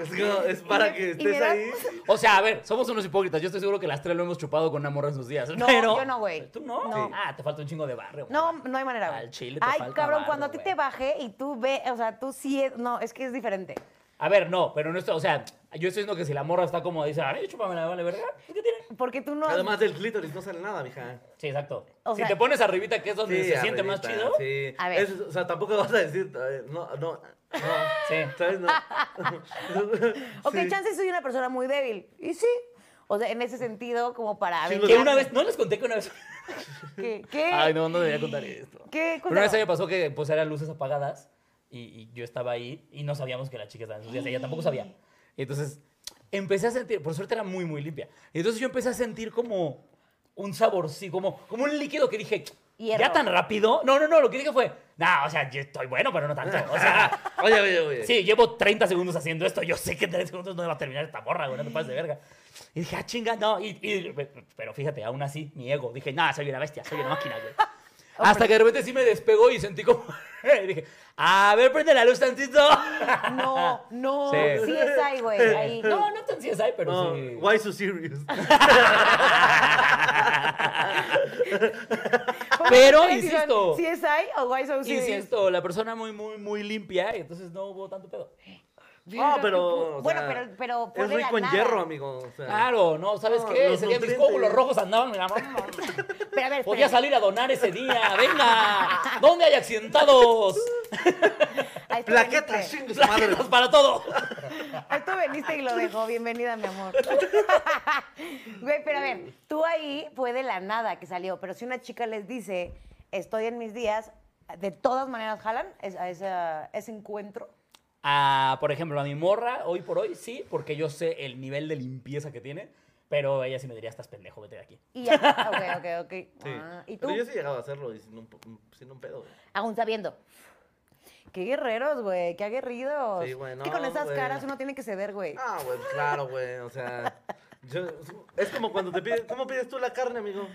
A: Es, como- es para
B: Y
A: que
B: me- y me
A: estés
B: da-
A: ahí.
C: O sea, a ver, somos unos hipócritas. Yo estoy seguro que las tres lo hemos chupado con una morra en sus días.
B: No,
C: pero...
B: yo no, güey.
C: ¿Tú no?
B: No.
C: Ah, te falta un chingo de barrio.
B: No,
C: morra.
B: no hay manera. güey.
C: Al chile te
B: Ay,
C: falta
B: cabrón,
C: barrio,
B: cuando a ti
C: güey.
B: te baje y tú ve, o sea, tú sí, es- no, es que es diferente.
C: A ver, no, pero no está, o sea, yo estoy diciendo que si la morra está como dice, ay, chúpame la vale, verga, ¿qué tiene?
B: Porque tú no.
A: Además del clítoris no sale nada, mija.
C: Sí, exacto.
B: O
C: si
B: sea-
C: te pones arribita, que es donde se siente más
A: arribita,
C: chido.
A: Sí.
B: A ver.
A: Es- o sea, tampoco vas a decir, eh, no, no, no.
C: Sí.
A: ¿Sabes? No.
B: ok,
A: Sí.
B: chance soy una persona muy débil. Y sí. O sea, en ese sentido, como para
A: Sí,
B: ver.
A: lo
C: Que una vez, no les conté que una vez.
B: ¿Qué? ¿Qué?
C: Ay, no, no debería contar esto.
B: ¿Qué?
C: Pero una vez a
B: Cuéntalo.
C: mí me pasó que pues eran luces apagadas y, y yo estaba ahí y no sabíamos que la chica estaba en sus días. Ella tampoco sabía. Entonces empecé a sentir, por suerte era muy, muy limpia. Entonces yo empecé a sentir como un sabor, sí, como, como un líquido que dije,
B: Hierro.
C: ¿ya tan rápido? No, no, no, lo que dije fue, no, o sea, yo estoy bueno, pero no tanto. O sea,
A: Ah, Oye, oye, oye.
C: Sí, llevo 30 segundos haciendo esto. Yo sé que en 30 segundos no me va a terminar esta morra, güey. No te pases de verga. Y dije, ah, chinga, no. Y, y- pero fíjate, aún así, mi ego. Dije, nada, soy una bestia, soy una máquina, güey. Hasta que de repente sí me despegó y sentí como. y dije, a ver, prende la luz tantito.
B: No, no.
C: Sí.
B: Sí, es ahí, güey. Ahí.
C: No, no tan CSI, pero
A: No,
C: sí.
A: why so serious?
C: Pero,
B: Ustedes digan,
C: insisto.
B: ¿Sí es ahí o why so serious?
C: Insisto, la persona muy, muy, muy limpia, y entonces no hubo tanto pedo.
A: No, pero. o
B: Bueno,
A: sea,
B: pero- pero fue
A: Es
B: de la
A: rico en
B: nada.
A: hierro, amigo. o sea.
C: Claro, no, ¿sabes
A: No,
C: qué?
A: los
C: Ese día mis
A: nutrientes.
C: glóbulos rojos andaban, mira,
B: Pero a ver,
C: Podía
B: espérame.
C: salir a donar ese día. ¡Venga! ¿Dónde hay accidentados?
B: A esto
A: Plaquetas,
B: veniste.
A: chingos, madre.
C: Plaquetas para todo.
B: A esto veniste y lo dejó. Bienvenida, mi amor. Güey, pero a ver, tú ahí fue de la nada que salió. Pero si una chica les dice, estoy en mis días, de todas maneras jalan es- a esa- ese encuentro.
C: Ah, por ejemplo, a mi morra, hoy por hoy, sí, porque yo sé el nivel de limpieza que tiene. Pero ella sí me diría, estás pendejo, vete de aquí.
B: Y ya. Ok, ok, ok.
A: Sí.
B: Ah, y tú,
A: Pero yo sí he llegado a hacerlo y sin un, po- sin un pedo, güey.
B: aún sabiendo. Qué guerreros, güey, qué aguerridos.
A: Sí, güey,
B: es que con
A: no,
B: esas
A: güey.
B: caras uno tiene que ceder, güey.
A: Ah, güey, claro, güey. O sea, yo, es como cuando te piden, ¿cómo pides tú la carne, amigo?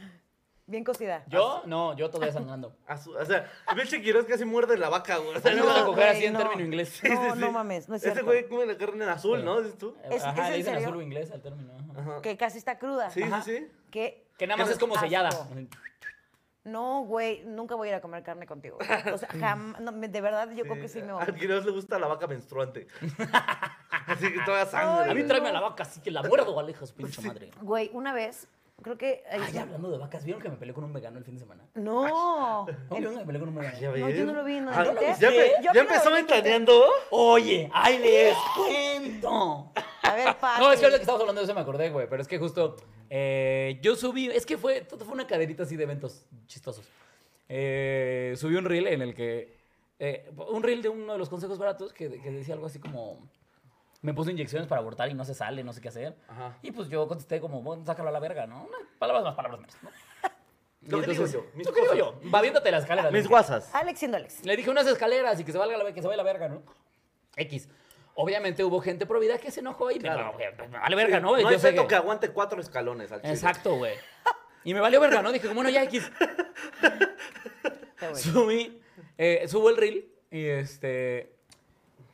B: Bien cocida.
C: ¿Yo? No, yo todavía sangrando.
A: A su- o sea, Belche Quiroz casi muerde la vaca, güey. O sea,
C: No me gusta
A: no,
C: coger así
B: güey,
C: en
B: no.
C: término inglés.
A: Sí, sí,
B: No,
A: sí.
B: no mames, no es
A: Ese
B: cierto. Eh,
A: güey come la carne en azul, ¿no? ¿Dices tú?
B: ¿Es- es
C: Ajá,
B: en
C: le dicen
B: serio?
C: azul o inglés al término. ajá.
A: Ajá.
B: Que casi está cruda.
A: Sí,
C: Ajá.
A: sí, sí.
B: Que
C: Que nada más
B: Qué
C: es como sellada.
B: asco. No, güey, nunca voy a ir a comer carne contigo. O sea, jamás, no, me- de verdad yo creo que sí me voy.
A: Al Quiroz le gusta la vaca menstruante. así que toda
C: A mí
A: sangre.
C: tráeme a la vaca, así que la muerdo, alejas, pinche madre.
B: Güey, una vez, creo que... ay,
C: Ay, hablando de vacas, ¿vieron que me peleé con un vegano el fin de semana? ¿No
B: No.
C: vieron que me peleé con un vegano?
A: Ya
B: No,
A: ves.
B: yo no lo vi, no,
A: Ah,
B: ¿no lo
A: ¿Ya,
B: viste?
A: empe-
B: Yo
A: ya
B: apenas
A: empezó
B: lo vi,
A: ventaneando?
C: Oye, ahí les cuento.
B: A ver,
A: Ah,
B: Pati.
C: No, es que ahorita que estamos hablando de eso me acordé, güey. Pero es que justo eh, yo subí, es que fue, todo fue una caderita así de eventos chistosos. Eh, subí un reel en el que, eh, un reel de uno de los consejos baratos que, que decía algo así como, me puso inyecciones para abortar y no se sale, no sé qué hacer.
A: Ajá.
C: Y pues yo contesté como, bueno, sácalo a la verga, ¿no? Unas Palabras más, palabras menos, ¿no?
A: Lo
C: Y
A: que digo yo, mis
C: lo que digo
A: cosas.
C: yo, va viéndote la escalera. le
A: Mis
C: dije.
A: guasas.
B: Alex siendo Alex.
C: Le dije unas escaleras y que se valga la ve- que se vaya la verga, ¿no? X. Obviamente hubo gente provida que se enojó y
A: Claro.
C: me, me- me vale verga, ¿no?
A: No
C: Yo
A: hay
C: sé
A: feto que...
C: que-
A: aguante cuatro escalones al chile.
C: Exacto, güey. Y me valió verga, ¿no? Dije, bueno, ya X.
B: Está
A: Pues.
B: bueno.
C: Subí, eh, subo el reel y este.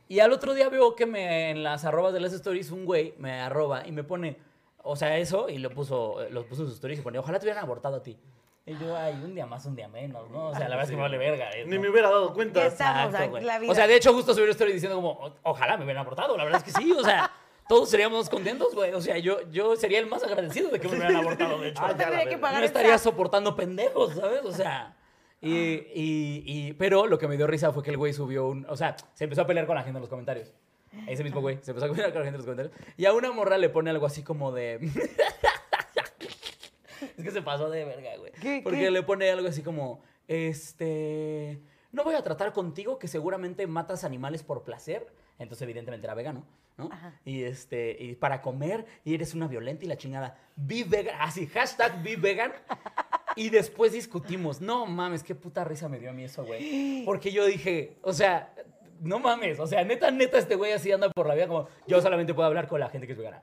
C: Y al otro día veo que me, en las arrobas de las stories un güey me arroba y me pone, o sea, eso, y lo puso, eh, lo puso en sus stories y pone, ojalá te hubieran abortado a ti. Y yo, ay, un día más, un día menos, ¿no? O sea, la verdad es que me vale verga. eh,
A: Ni
C: ¿no?
A: me hubiera dado cuenta.
B: Ya estamos,
C: Exacto,
B: aquí,
C: güey.
B: la vida.
C: O sea, de hecho, justo subí una story diciendo como, "O- ojalá me hubieran abortado. La verdad es que sí, o sea, todos seríamos contentos, güey. O sea, yo, yo sería el más agradecido de que me hubieran abortado, de hecho.
A: Ah,
B: No
A: ya la
B: tendría que
A: verga.
B: pagar
C: no
B: el
C: estaría
B: SAT.
C: soportando pendejos, ¿sabes? O sea, Y, y- y- pero lo que me dio risa fue que el güey subió un. O sea, se empezó a pelear con la gente en los comentarios. Ese mismo güey se empezó a pelear con la gente en los comentarios. Y a una morra le pone algo así como de. es que se pasó de verga, güey.
B: ¿Qué,
C: Porque
B: qué?
C: le pone algo así como. Este. No voy a tratar contigo que seguramente matas animales por placer. Entonces, evidentemente era vegano, ¿no?
B: Ajá.
C: Y este, y para comer, y eres una violenta y la chingada. Be vegan, así, hashtag be vegan. Y después discutimos. No mames, qué puta risa me dio a mí eso, güey. Porque yo dije, o sea, no mames. O sea, neta, neta, este güey así anda por la vida como yo solamente puedo hablar con la gente que es vegana.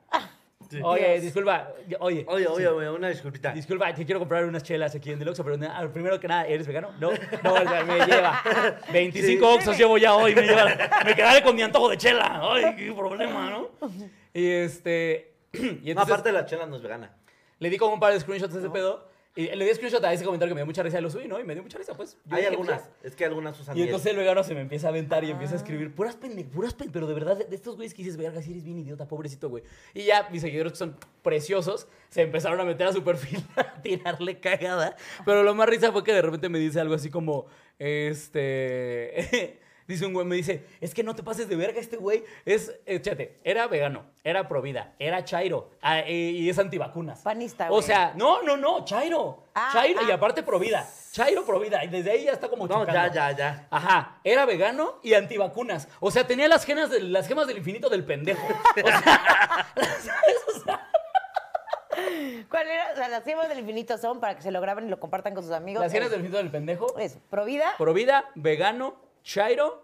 C: Oye, disculpa, oye.
A: Oye, oye, oye, una disculpita.
C: Disculpa, te quiero comprar unas chelas aquí en Deluxe, pero na- ah, primero que nada, ¿eres vegano? No, no, o sea, me lleva. 25 oxos llevo ya hoy, me lleva. Me quedaré con mi antojo de chela. Ay, qué problema, ¿no? Y este. Y
A: No,
C: entonces,
A: aparte la chela no es vegana.
C: le di como un par de screenshots a ese pedo. Y le di screenshot a ese comentario que me dio mucha risa y lo subí, ¿no? Y me dio mucha risa, pues. Yo
A: Hay
C: dije,
A: algunas,
C: pues,
A: es que algunas usan
C: Y
A: miel.
C: entonces el vegano se me empieza a aventar y
B: Ah.
C: empieza a escribir puras pende, puras pende, pero de verdad, de de estos güeyes que dices, verga, si eres bien idiota, pobrecito güey. Y ya mis seguidores que son preciosos, se empezaron a meter a su perfil a tirarle cagada. Pero lo más risa fue que de repente me dice algo así como, este... Dice un güey, me dice, es que no te pases de verga este güey. Es, échate, era vegano, era provida, era chairo ah, eh, y es antivacunas.
B: Panista,
C: O
B: güey.
C: sea, no, no, no, chairo.
B: Ah,
C: chairo y
B: ah.
C: aparte provida. Chairo provida. Y desde ahí ya está como
A: No, ya,
C: chocando.
A: ya, ya.
C: Ajá, era vegano y antivacunas. O sea, tenía las gemas del, las gemas del infinito del pendejo. O sea, ¿sabes? O sea,
B: ¿Cuál era? O sea, las gemas del infinito son para que se lo graben y lo compartan con sus amigos.
C: las gemas del infinito del pendejo.
B: Eso, Provida
C: Provida, vegano, chairo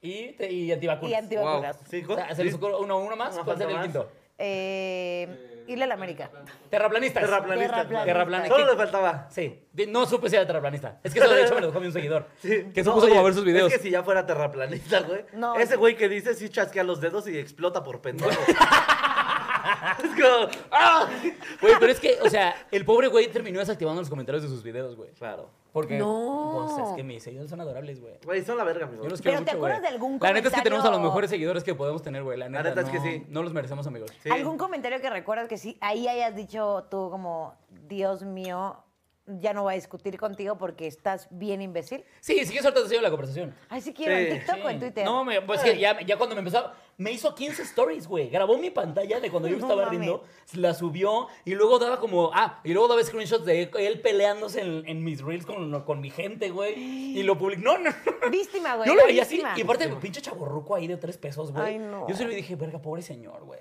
C: y, te- y antivacunas.
B: y antivacunas.
A: Wow. Sí,
C: O sea, ¿Se les
A: sí.
C: ocurre uno, uno más?
A: Una
C: ¿Cuál sería el
A: falta
C: quinto?
B: Eh, irle a la América.
C: Terraplanistas.
A: Terraplanista.
B: Terraplanista.
C: Terraplanista.
A: Solo le faltaba.
C: Sí, De- no supe si era terraplanista. Es que eso de hecho me lo dejó mi un seguidor.
A: Sí.
C: Que se
A: No,
C: puso como
A: oye,
C: a ver sus videos.
A: Es que si ya fuera terraplanista, güey.
B: No.
A: Ese güey que dice sí chasquea los dedos y explota por pendejo. es como, ¡ah!
C: Güey, pero es que, o sea, el pobre güey terminó desactivando los comentarios de sus videos, güey.
A: Claro.
C: Porque.
B: No.
C: Pues, es que mis seguidores son adorables, güey.
A: Güey, son la verga, amigo.
C: Yo los
B: Pero
C: quiero
B: ¿te
C: mucho,
B: acuerdas
C: güey.
B: de algún
C: La neta es que
B: comentario?
C: tenemos a los mejores seguidores que podemos tener, güey. La neta,
A: neta es
C: no,
A: que sí.
C: No los merecemos, amigos.
A: Sí.
B: ¿Algún comentario que recuerdas que sí, ahí hayas dicho tú como, Dios mío, ya no voy a discutir contigo porque estás bien imbécil?
C: Sí, sigue soltando la conversación.
B: Ay, sí quiero,
A: Sí,
B: en TikTok o en Twitter.
C: No, me- pues que ya, ya cuando me empezó, me hizo 15 stories, güey. Grabó mi pantalla de cuando yo
B: No
C: estaba
B: mames.
C: riendo, la subió y luego daba como, ah, y luego daba screenshots de él peleándose en, en mis reels con, con mi gente, güey. Y lo publicó. No, no, no.
B: Víctima, güey.
C: Yo lo veía así.
B: víctima.
C: Y aparte, pinche chaborruco ahí de tres pesos, güey.
B: Ay, no.
C: Yo se lo dije, verga, pobre señor, güey.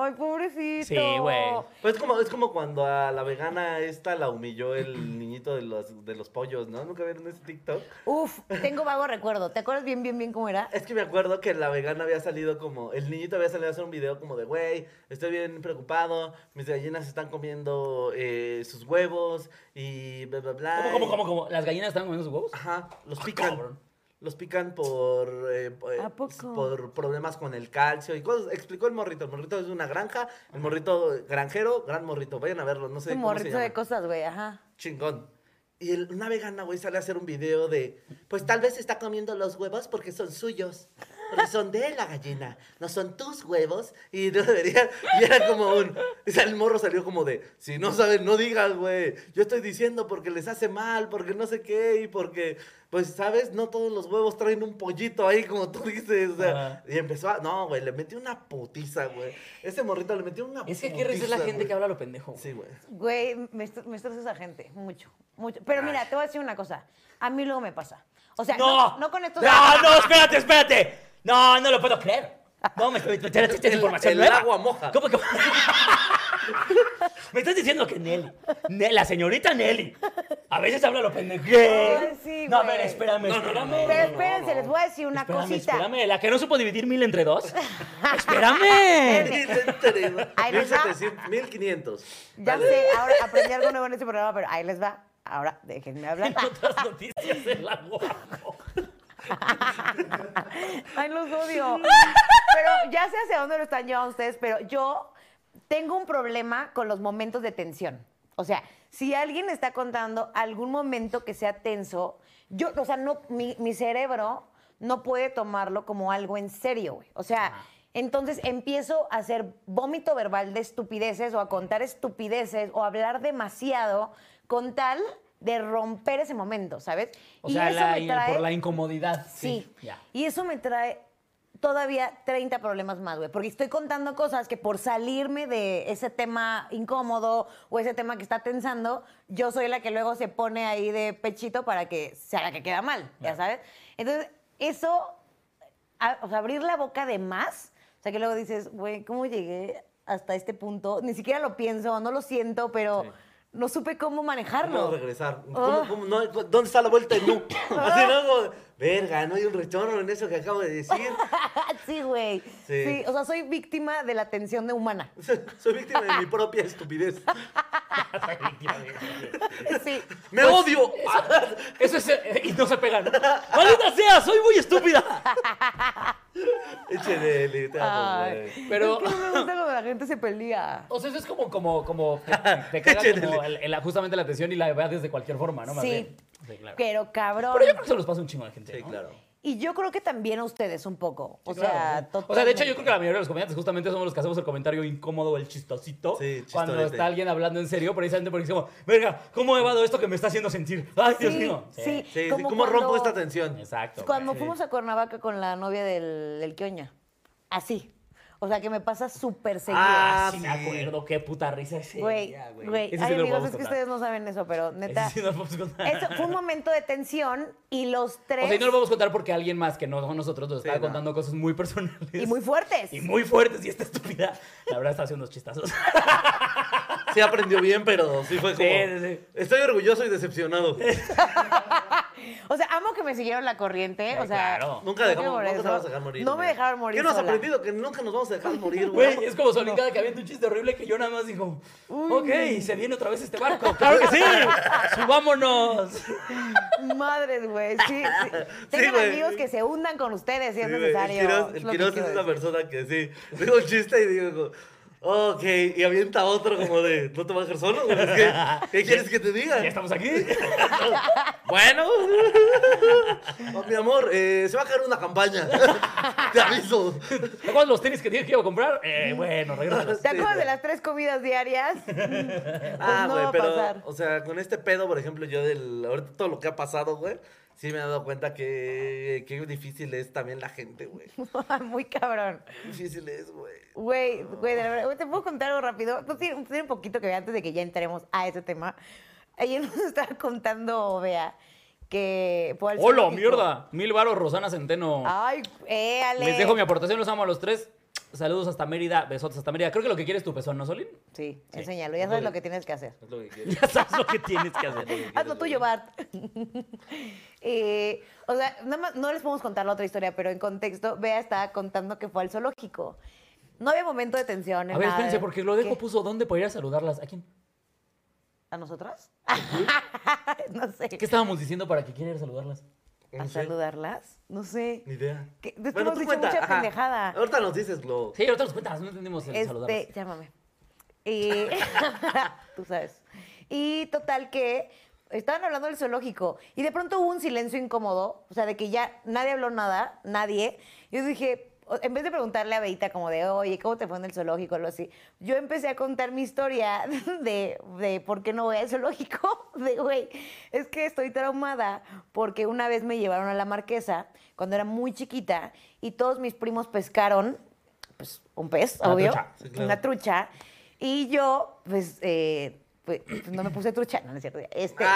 B: Ay, pobrecito.
C: Sí, güey.
A: Pues es como, es como cuando a la vegana esta la humilló el niñito de los, de los pollos, ¿no? ¿Nunca vieron ese TikTok?
B: Uf, tengo vago recuerdo. ¿Te acuerdas bien, bien, bien cómo era?
A: Es que me acuerdo que la vegana había salido como, el niñito había salido a hacer un video como de, güey, estoy bien preocupado, mis gallinas están comiendo eh, sus huevos y bla, bla, bla.
C: ¿Cómo, cómo, cómo, cómo? ¿Las gallinas estaban comiendo sus huevos?
A: Ajá, los pican.
C: cabrón.
A: Los pican por, eh, po- eh,
B: ¿A poco?
A: por problemas con el calcio y cosas. Explicó el morrito. El morrito es de una granja. El morrito granjero, gran morrito. Vayan a verlo. No sé
B: Un
A: cómo se
B: morrito
A: llama.
B: de cosas, güey, ajá.
A: Chingón. Y el- una vegana, güey, sale a hacer un video de, pues tal vez está comiendo los huevos porque son suyos. Porque son de la gallina, no son tus huevos. Y no debería. Y era como un. O sea, el morro salió como de: si no sabes, no digas, güey. Yo estoy diciendo porque les hace mal, porque no sé qué, y porque. Pues, ¿sabes? No todos los huevos traen un pollito ahí, como tú dices. o sea,
C: Ajá.
A: y empezó a. No, güey, le metió una putiza, güey. Ese morrito le metió una
C: Es que qué risa es la
A: putiza,
C: gente
A: güey.
C: que habla lo pendejo. güey.
A: Sí, güey.
B: Güey, me, est- me estresa esa gente, mucho, mucho. Pero mira, te voy a decir una cosa. A mí luego me pasa. O sea, no, no, con estos...
C: No, no, espérate, espérate. No, no lo puedo creer. No, me, me, me me- esta es información
A: el
C: nueva.
A: agua moja.
C: ¿Cómo que? me estás diciendo que Nelly, Ne- la señorita Nelly, a veces habla lo pendejo.
B: Ay, sí,
C: no, a
B: güey.
C: ver, espérame, espérame.
B: Pero espérense, les voy a decir una
C: Espérame,
B: cosita.
C: Espérame, la que no supo dividir mil entre dos. espérame.
A: Mil setecientos,
B: Ahí les va.
A: 1700, 1500.
B: Ya sé, ahora aprendí algo nuevo en este programa, pero ahí les va. Ahora déjenme hablar.
C: Otras noticias del agua.
B: Ay, los odio. Pero ya sé hacia dónde lo están llevando ustedes, pero yo tengo un problema con los momentos de tensión. O sea, si alguien está contando algún momento que sea tenso, yo, o sea, no, mi, mi cerebro no puede tomarlo como algo en serio, güey. O sea, entonces empiezo a hacer vómito verbal de estupideces o a contar estupideces o a hablar demasiado con tal de romper ese momento, ¿sabes?
C: O sea, la-
B: me trae-
C: por la incomodidad.
B: Sí.
C: ya.
B: Y eso me trae todavía 30 problemas más, güey. Porque estoy contando cosas que por salirme de ese tema incómodo o ese tema que está tensando, yo soy la que luego se pone ahí de pechito para que sea la que queda mal, ya sabes. Entonces, eso, a- o sea, abrir la boca de más, o sea, que luego dices, güey, ¿cómo llegué hasta este punto? Ni siquiera lo pienso, no lo siento, pero no supe cómo
A: ¿Cómo
B: manejarlo.
A: regresar?
B: Oh.
A: ¿Cómo- cómo- no, ¿Dónde está la vuelta? No. Así, ¿no? Como, verga, no hay un retorno en eso que acabo de decir.
B: sí, güey.
A: Sí.
B: sí, o sea, soy víctima de la tensión de humana.
A: Soy víctima de mi propia estupidez.
B: Sí.
A: ¡Me odio!
C: Pues,
A: Ah,
C: Eso es. eh, y no se pegan. ¡Maldita sea! ¡Soy muy estúpida!
A: Échele, le te amo,
B: Ay,
A: güey.
C: Pero-
B: pues, Es que no me gusta cuando la gente se pelea.
C: O sea, eso es como, como, como te, te caga
A: Échenle.
C: como el- el- justamente la atención y la veas de cualquier forma, ¿no? Más
B: Sí.
C: bien. Sí, claro.
B: Pero cabrón.
C: Pero yo creo que se los pasa un chingo a la gente.
A: Sí,
C: ¿no?
A: claro.
B: Y yo creo que también a ustedes un poco. O
C: Sí,
B: sea,
C: claro, sí.
B: totalmente.
C: O sea, de hecho, yo creo que la mayoría de los comediantes justamente somos los que hacemos el comentario incómodo, el chistosito.
A: Sí,
C: cuando
A: chistorete.
C: está alguien hablando en serio, precisamente porque decimos, verga, ¿cómo he evado esto que me está haciendo sentir? ¡Ay, Dios
B: Sí,
C: mío!
B: sí.
A: Sí, sí,
B: Como
A: ¿cómo rompo
B: cuando-
A: esta tensión?
C: Exacto.
B: Cuando
C: güey.
B: fuimos a Cuernavaca con la novia del, del Kioña. Así. O sea, que me pasa súper seguido.
A: Ah,
C: Ah, sí,
A: sí.
C: me acuerdo, qué puta risa ese.
B: Güey,
C: día,
B: güey.
C: Ese sí
B: Ay,
C: no lo
B: amigos,
C: podemos
B: es que
C: contar.
B: ustedes no saben eso, pero neta.
C: Ese sí no lo podemos contar.
B: Eso fue un momento de tensión y los tres.
C: O sea, y no lo vamos a contar porque alguien más que no somos nosotros nos
A: Sí,
C: estaba
A: no.
C: contando cosas muy personales.
B: y muy fuertes.
C: Y muy fuertes y esta estúpida. La verdad está haciendo unos chistazos.
A: Sí aprendió bien, pero sí fue como...
C: Sí, sí, sí.
A: Estoy orgulloso y decepcionado.
B: O sea, amo que me siguieron la corriente.
C: Ay,
B: o sea,
C: claro.
A: Nunca
B: creo que
A: dejamos,
B: por
A: nunca
B: eso
A: te vamos a dejar morir.
B: No me
A: güey.
B: dejaron morir.
A: ¿Qué nos has
B: sola.
A: aprendido? Que nunca nos vamos a dejar morir, güey.
C: Güey, es como Solín cada que avienta un chiste horrible que yo nada más digo, ok, se viene otra vez este barco. ¡Claro que sí! ¡Subámonos!
B: Madres, güey. Sí, sí. Tengan
A: güey.
B: amigos que se hundan con ustedes si
A: Sí,
B: es
A: güey,
B: necesario.
A: El Quiroz, el
B: Es lo que
A: Quiroz
B: quiero
A: es una
B: decir.
A: persona que sí. Digo un chiste y digo, ok, y avienta otro como de, ¿no te vas a dejar solo? güey? Es que, ¿Qué quieres que te diga?
C: Ya estamos aquí.
A: Bueno. Oh, mi amor, eh, se va a caer una campaña. Te aviso.
C: ¿Te acuerdas los tenis que dije que iba a comprar? Eh, bueno, regrésalos.
B: ¿Te
A: Sí,
B: acuerdas de
A: güey.
B: las tres comidas diarias? Pues
A: ah,
B: no
A: güey,
B: va a
A: pero,
B: pasar.
A: o sea, con este pedo, por ejemplo, yo del, ahorita todo lo que ha pasado, güey, sí me he dado cuenta que, que difícil es también la gente, güey.
B: Muy cabrón.
A: Difícil es, güey.
B: Güey, güey, de la verdad, güey, te puedo contar algo rápido. No tiene, tiene un poquito que ver antes de que ya entremos a ese tema. Ayer nos estaba contando, vea, que. fue al
C: ¡Hola,
B: zoológico. Ah,
C: mierda! Mil baros, Rosana Centeno.
B: Ay, eh, éale.
C: Les dejo mi aportación, los amo a los tres. Saludos hasta Mérida, besotes hasta Mérida. Creo que lo que quieres es tu pezón, ¿no, Solín?
B: Sí, enséñalo. Ya sabes lo que tienes que hacer.
A: Es lo que quiero.
C: Ya sabes lo que tienes que hacer.
B: Haz lo tuyo, Bart. Eh, o sea, nada más- no les podemos contar la otra historia, pero en contexto, Bea estaba contando que fue al zoológico. No había momento de tensión. ni
C: A ver,
B: nada.
C: espérense, porque lo dejo
B: ¿Qué?
C: puso dónde para ir a saludarlas. ¿A quién?
B: ¿A nosotras? no sé.
C: ¿Qué estábamos diciendo para que quiera ir a saludarlas?
A: No
B: ¿A
A: sé,
B: saludarlas? No sé.
A: Ni idea.
B: ¿Qué? Después hemos dicho mucha
A: ajá.
B: pendejada.
A: Ahorita nos dices lo.
C: Sí, ahorita nos cuentas, no entendimos el saludarlas.
B: Este, llámame. Y tú sabes. Y total que estaban hablando del zoológico y de pronto hubo un silencio incómodo, o sea, de que ya nadie habló nada, nadie. Yo dije, o- en vez de preguntarle a Beita como de, oye, ¿cómo te fue en el zoológico? o algo así, yo empecé a contar mi historia de, de por qué no voy al zoológico. De, güey, es que estoy traumada porque una vez me llevaron a la marquesa cuando era muy chiquita y todos mis primos pescaron pues, un pez,
C: Una
B: obvio.
C: trucha.
A: Sí, claro.
B: Una trucha. Y yo, pues, eh, pues, no me puse trucha, no, no es cierto. Este.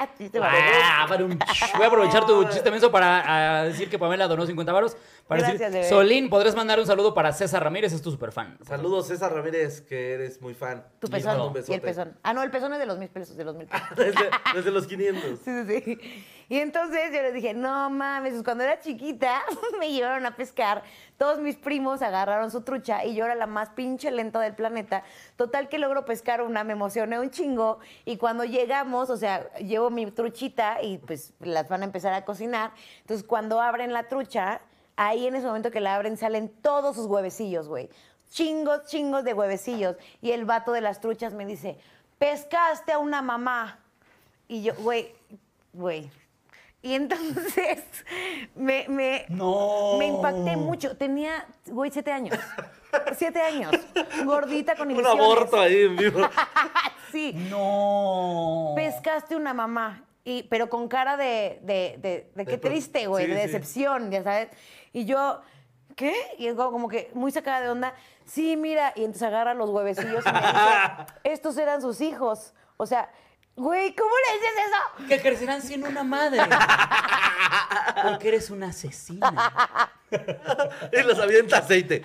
A: Ah.
B: Chiste malo.
C: Ah, para un ch- Voy a aprovechar tu chiste menso para ah, decir que Pamela donó 50 varos. Para
B: Gracias,
C: decir,
B: bebé.
C: Solín, podrás mandar un saludo para César Ramírez, es tu superfan.
A: Saludos, César Ramírez, que eres muy fan.
B: tu
A: Te
B: pezón.
A: mando un
B: y
A: besote.
B: el pezón. Ah, no, el pezón es de los mil pesos, de los mil pesos.
A: desde, desde los 500.
B: Sí, sí, sí. Y entonces yo les dije, no mames, pues cuando era chiquita me llevaron a pescar, todos mis primos agarraron su trucha y yo era la más pinche lenta del planeta. Total que logro pescar una, me emocioné un chingo y cuando llegamos, o sea, llevo mi truchita y pues las van a empezar a cocinar. Entonces cuando abren la trucha, ahí en ese momento que la abren salen todos sus huevecillos, güey. Chingos, chingos de huevecillos. Y el vato de las truchas me dice, pescaste a una mamá. Y yo, güey, güey. Y entonces me, me,
C: No.
B: me impacté mucho. Tenía, güey, siete años. Siete años. Gordita con
A: Un
B: ilusiones. Ah,
A: aborto ahí en vivo.
B: Sí, así.
F: No.
B: Pescaste una mamá, y, pero con cara de, de, de, de qué
E: pro-
B: triste, güey,
E: sí,
B: de
E: sí.
B: decepción, ya sabes. Y yo, ¿qué? Y es como como que muy sacada de onda, sí, mira, y entonces agarra los huevecillos y me dice, estos eran sus hijos. O sea, güey, ¿cómo le dices eso?
F: Que crecerán siendo una madre. Porque eres una asesina.
A: Y los avienta aceite.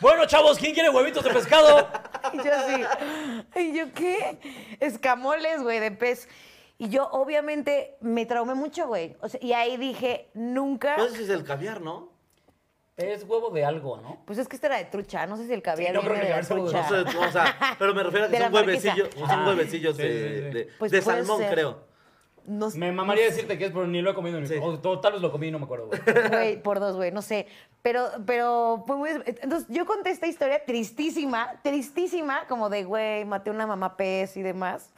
F: Bueno, chavos, ¿quién quiere huevitos de pescado?
B: Y yo así, y yo, ¿qué? Escamoles, güey, de pez. Y yo, obviamente, me traumé mucho, güey. O sea, y ahí dije, nunca...
A: Pues ese es el caviar, ¿no?
C: Es huevo de algo, ¿no?
B: Pues es que esta era de trucha, no sé si el caviar
C: Sí, no creo
B: viene
C: que
B: de la
C: el caviar sea
A: O
B: trucha.
A: sea, o sea, pero me refiero a que
B: De la
A: son huevecillos,
B: marquesa.
A: son huevecillos
C: sí,
A: de,
C: sí, sí.
A: de-
B: Pues
A: de
B: puede
A: salmón,
B: ser.
A: creo.
B: No-
C: Me mamaría decirte que es, pero ni lo he comido. Ni...
A: Sí.
C: o to- tal vez lo comí y no me acuerdo, güey.
B: Güey, por dos, güey, no sé. Pero, pero, fue muy- entonces yo conté esta historia tristísima, tristísima, como de, güey, maté a una mamá pez y demás.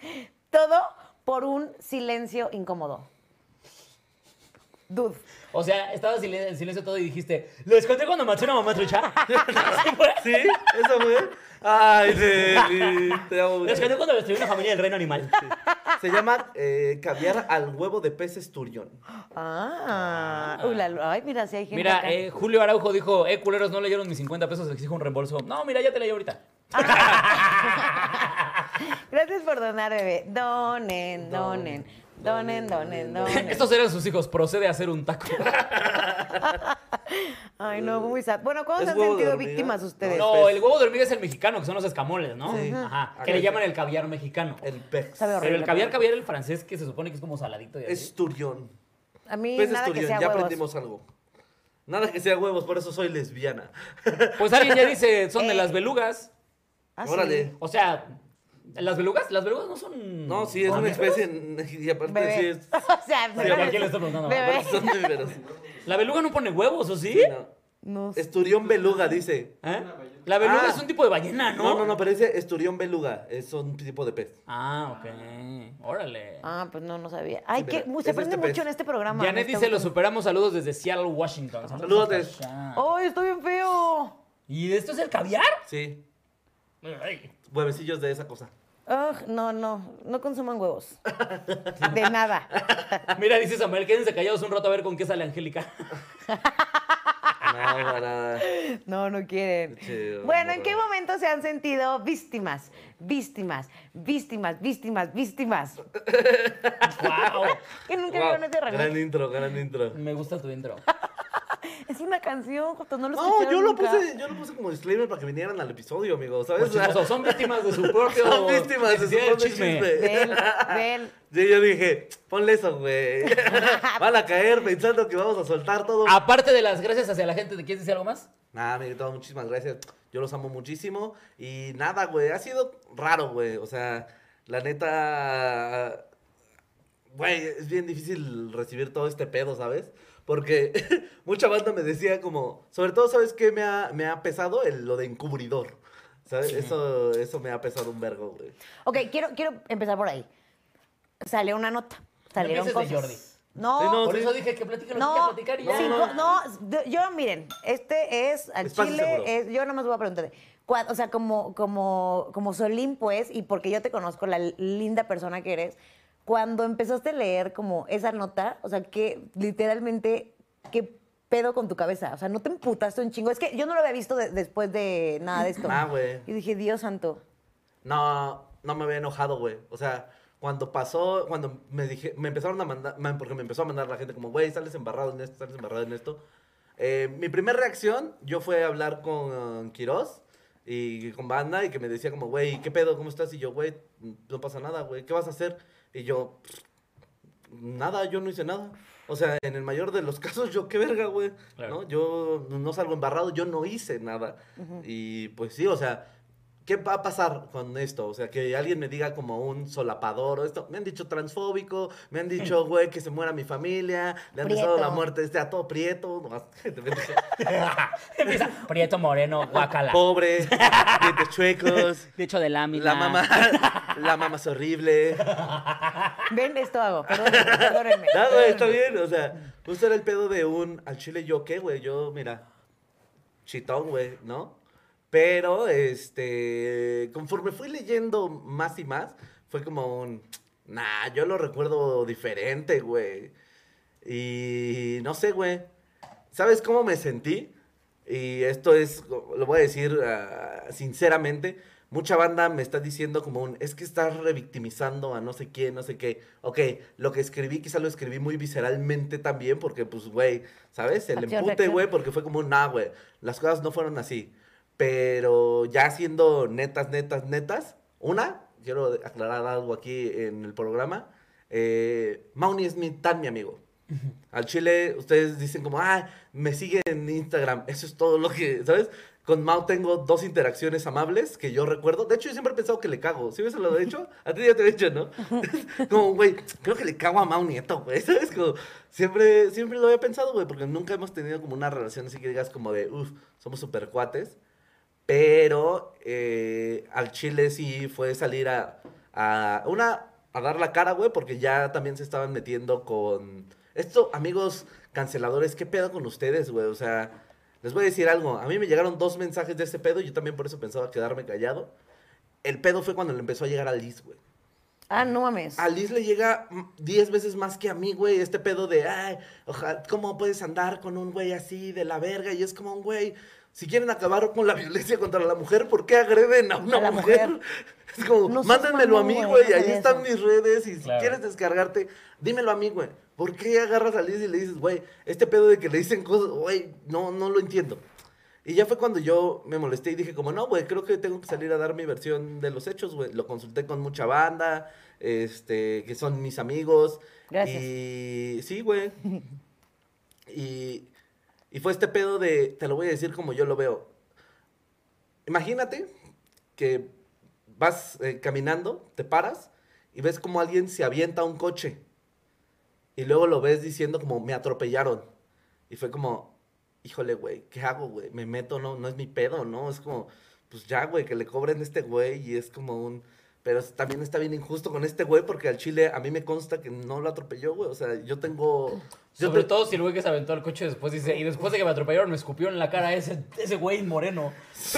B: Todo por un silencio incómodo. Dude.
C: O sea, estabas silen- en silencio todo y dijiste, ¿les conté cuando maté a una mamá trucha? ¿Sí fue?
A: ¿Sí? ¿Eso fue? Ay, Nelly, te amo mucho.
C: ¿Les conté cuando destruí una familia del reino animal?
A: Se llama eh, caviar al huevo de pez esturión.
B: Ah, uy, la- ay, mira, si hay gente.
C: Mira,
B: acá.
C: eh, Julio Araujo dijo, eh, culeros, no leyeron mis 50 pesos, exijo un reembolso. No, mira, ya te leí ahorita.
B: Gracias por donar, bebé. Donen, donen, donen, donen, donen.
C: Estos eran sus hijos, procede a hacer un taco.
B: Ay, no, muy sad. Bueno, ¿cuándo
A: ¿Es
B: se han
A: huevo de
B: sentido
A: hormiga?
B: víctimas
A: No,
B: ustedes?
C: No, el huevo de hormiga es el mexicano, que son los escamoles, ¿no?
A: Pues, Sí.
C: Ajá, que
A: Acá
C: le
A: sí.
C: llaman el caviar mexicano.
A: El pez.
B: Sabe horrible.
C: Pero el caviar, caviar, el francés, que se supone que es como saladito y así.
A: Esturión.
B: A mí
A: Pez
B: nada que
A: esturión,
B: sea
A: Pues ya
B: huevos.
A: aprendimos algo. Nada que sea huevos, por eso soy lesbiana.
C: Pues alguien ya dice, son de
B: Eh.
C: las belugas.
B: Ah, sí.
A: Órale.
C: O sea, ¿las belugas? Las belugas no son... Ah,
A: No, sí, es una especie. en- Y aparte, sí
B: Bebé.
A: es.
B: O sea,
C: Sí, ¿a quién le está preguntando?
B: Bebé.
A: Aparte son viveros.
C: La beluga no pone huevos, ¿o sí?
A: Sí, no.
B: No sé.
A: Esturión beluga, dice.
C: ¿Eh? La beluga
A: Ah.
C: es un tipo de ballena, ¿no?
A: No, no, no, pero dice esturión beluga. Es un tipo de pez.
C: Ah, ok. Órale.
B: Ah, pues no, no sabía. Ay,
A: Sí,
B: que
A: pero
B: mu-
A: es
B: se aprende
A: este
B: mucho
A: pez.
B: en este programa.
C: Janet
B: me está
C: dice, lo
B: gustando.
C: superamos, saludos desde Seattle, Washington.
A: Saludos.
C: hasta allá.
B: ¡Ay, estoy bien feo!
C: ¿Y esto es el caviar?
A: Sí.
C: Ay.
A: Huevecillos de esa cosa.
B: Ugh, no, no, no consuman huevos. De nada.
C: Mira, dice Samuel, quédense callados un rato a ver con qué sale Angélica.
A: No, para nada.
B: No, no quieren.
A: Sí,
B: bueno,
A: no,
B: ¿en qué
A: no.
B: momento se han sentido víctimas? Víctimas, víctimas, víctimas, víctimas.
C: ¡Wow!
B: Que nunca
A: Wow,
B: vieron ese
A: gran
B: reloj.
A: intro, gran intro.
C: Me gusta tu intro.
B: Es una canción, Joto, no lo
A: No, yo
B: escucharon
A: lo
B: nunca.
A: puse, yo lo puse como disclaimer para que vinieran al episodio, amigo, ¿sabes?
C: Pues, chicos, son víctimas de su propio...
A: Son víctimas de su
C: necesidad
A: propio chisme.
B: Del, del.
A: Sí, yo dije, ponle eso, güey. Van a caer pensando que vamos a soltar todo.
C: Aparte de las gracias hacia la gente, ¿te quieres decir algo más?
A: Nada, amigo, todo, muchísimas gracias. Yo los amo muchísimo. Y nada, güey, ha sido raro, güey. O sea, la neta. Güey, es bien difícil recibir todo este pedo, ¿sabes? Porque mucha banda me decía como, sobre todo, ¿sabes qué? Me ha, me ha pesado el- lo de encubridor. ¿Sabes? Eso, eso me ha pesado un vergo, güey.
B: Ok, quiero, quiero empezar por ahí. Salió una nota. Salieron
C: empieces de
B: cosas.
C: Jordi.
B: No,
A: Sí, no,
C: Por
A: sí.
C: eso dije que platiquen lo que
B: No,
C: quieran platicar y ya.
B: cinco- no, yo- yo miren, este es al
A: Espacio
B: Chile,
A: seguro.
B: es- yo nomás voy a preguntar, cua- o sea, como, como, como Solín, pues, y porque yo te conozco, la linda persona que eres, cuando empezaste a leer como esa nota, o sea, que literalmente, qué pedo con tu cabeza, o sea, no te emputaste un chingo, es que yo no lo había visto de- después de nada de esto.
A: Ah, güey.
B: Y dije, Dios santo.
A: No, no me había enojado, güey. O sea, cuando pasó, cuando me dije, me empezaron a mandar, man, porque me empezó a mandar la gente como, güey, sales embarrado en esto, sales embarrado en esto. Eh, mi primera reacción, yo fue a hablar con Quirós y con Banda y que me decía como, güey, ¿qué pedo? ¿Cómo estás? Y yo, güey, no pasa nada, güey, ¿qué vas a hacer? Y yo, nada, yo no hice nada. O sea, en el mayor de los casos, yo qué verga, güey.
C: Claro.
A: ¿no? Yo no salgo embarrado, yo no hice nada. Y pues sí, o sea, ¿qué va a pasar con esto? O sea, que alguien me diga como un solapador o esto. Me han dicho transfóbico, me han dicho, güey, que se muera mi familia, le han deseado la
B: Prieto.
A: muerte este a todo prieto, nomás, gente, gente,
C: Empieza, Prieto Moreno, guacala.
A: pobre, dientes chuecos.
F: De hecho, de lámina.
A: La mamá, la mamá es horrible.
B: Ven, esto hago, perdónenme, perdónenme.
A: No, güey, está bien, o sea, justo era el pedo de un al chile yo qué, güey, yo, mira, chitón, güey, ¿no? Pero, este, conforme fui leyendo más y más, fue como un, nah, yo lo recuerdo diferente, güey. Y no sé, güey. ¿Sabes cómo me sentí? Y esto es, lo lo voy a decir ah, sinceramente, mucha banda me está diciendo como un, es que estás revictimizando a no sé quién, no sé qué. Ok, lo que escribí quizá lo escribí muy visceralmente también porque pues, güey, ¿sabes? El
B: Acción,
A: empute,
B: reacción.
A: güey, porque fue como un, nah, güey, las cosas no fueron así. Pero ya siendo netas, netas, netas, una, quiero aclarar algo aquí en el programa. Eh, Mauni es mi, tan mi amigo. Al chile, ustedes dicen como, ah, me sigue en Instagram. Eso es todo lo que, ¿sabes? Con Mau tengo dos interacciones amables que yo recuerdo. De hecho, yo siempre he pensado que le cago. ¿Sí me se lo he dicho? A ti ya te he dicho, ¿no? como, güey, creo que le cago a Mau Nieto, güey. ¿Sabes? Como, siempre, siempre lo había pensado, güey, porque nunca hemos tenido como una relación así que digas como de, uff, somos super cuates. Pero eh, al Chile sí fue salir a, a una a dar la cara, güey, porque ya también se estaban metiendo con esto, amigos canceladores, ¿qué pedo con ustedes, güey? O sea, les voy a decir algo. A mí me llegaron dos mensajes de ese pedo, yo también por eso pensaba quedarme callado. El pedo fue cuando le empezó a llegar a Liz, güey.
B: Ah, no mames.
A: A Liz le llega mm, 10 veces más que a mí, güey, este pedo de, ay, ojalá, ¿cómo puedes andar con un güey así de la verga? Y es como un güey, si quieren acabar con la violencia contra la mujer, ¿por qué agreden a una
B: la
A: mujer?
B: mujer.
A: Es como,
B: No seas
A: mándenmelo a mí,
B: mamón,
A: güey,
B: güey, no
A: ahí
B: sabía
A: están
B: eso.
A: mis redes y si
C: Claro.
A: quieres descargarte, dímelo a mí, güey. ¿Por qué agarras a Liz y le dices, güey, este pedo de que le dicen cosas, güey, no, no lo entiendo? Y ya fue cuando yo me molesté y dije como, no, güey, creo que tengo que salir a dar mi versión de los hechos, güey. Lo consulté con mucha banda, este, que son mis amigos.
B: Gracias.
A: Y sí, güey. y, y fue este pedo de, te lo voy a decir como yo lo veo. Imagínate que vas eh, caminando, te paras y ves como alguien se avienta a un coche. Y luego lo ves diciendo como, me atropellaron. Y fue como, híjole, güey, ¿qué hago, güey? Me meto, no, no es mi pedo, ¿no? Es como, pues ya, güey, que le cobren a este güey y es como un... Pero es- también está bien injusto con este güey porque al chile a mí me consta que no lo atropelló, güey. O sea, yo tengo... Yo
C: Sobre
A: te-
C: todo si el güey que se aventó al coche después dice, y después de que me atropellaron me escupió en la cara ese, ese güey moreno.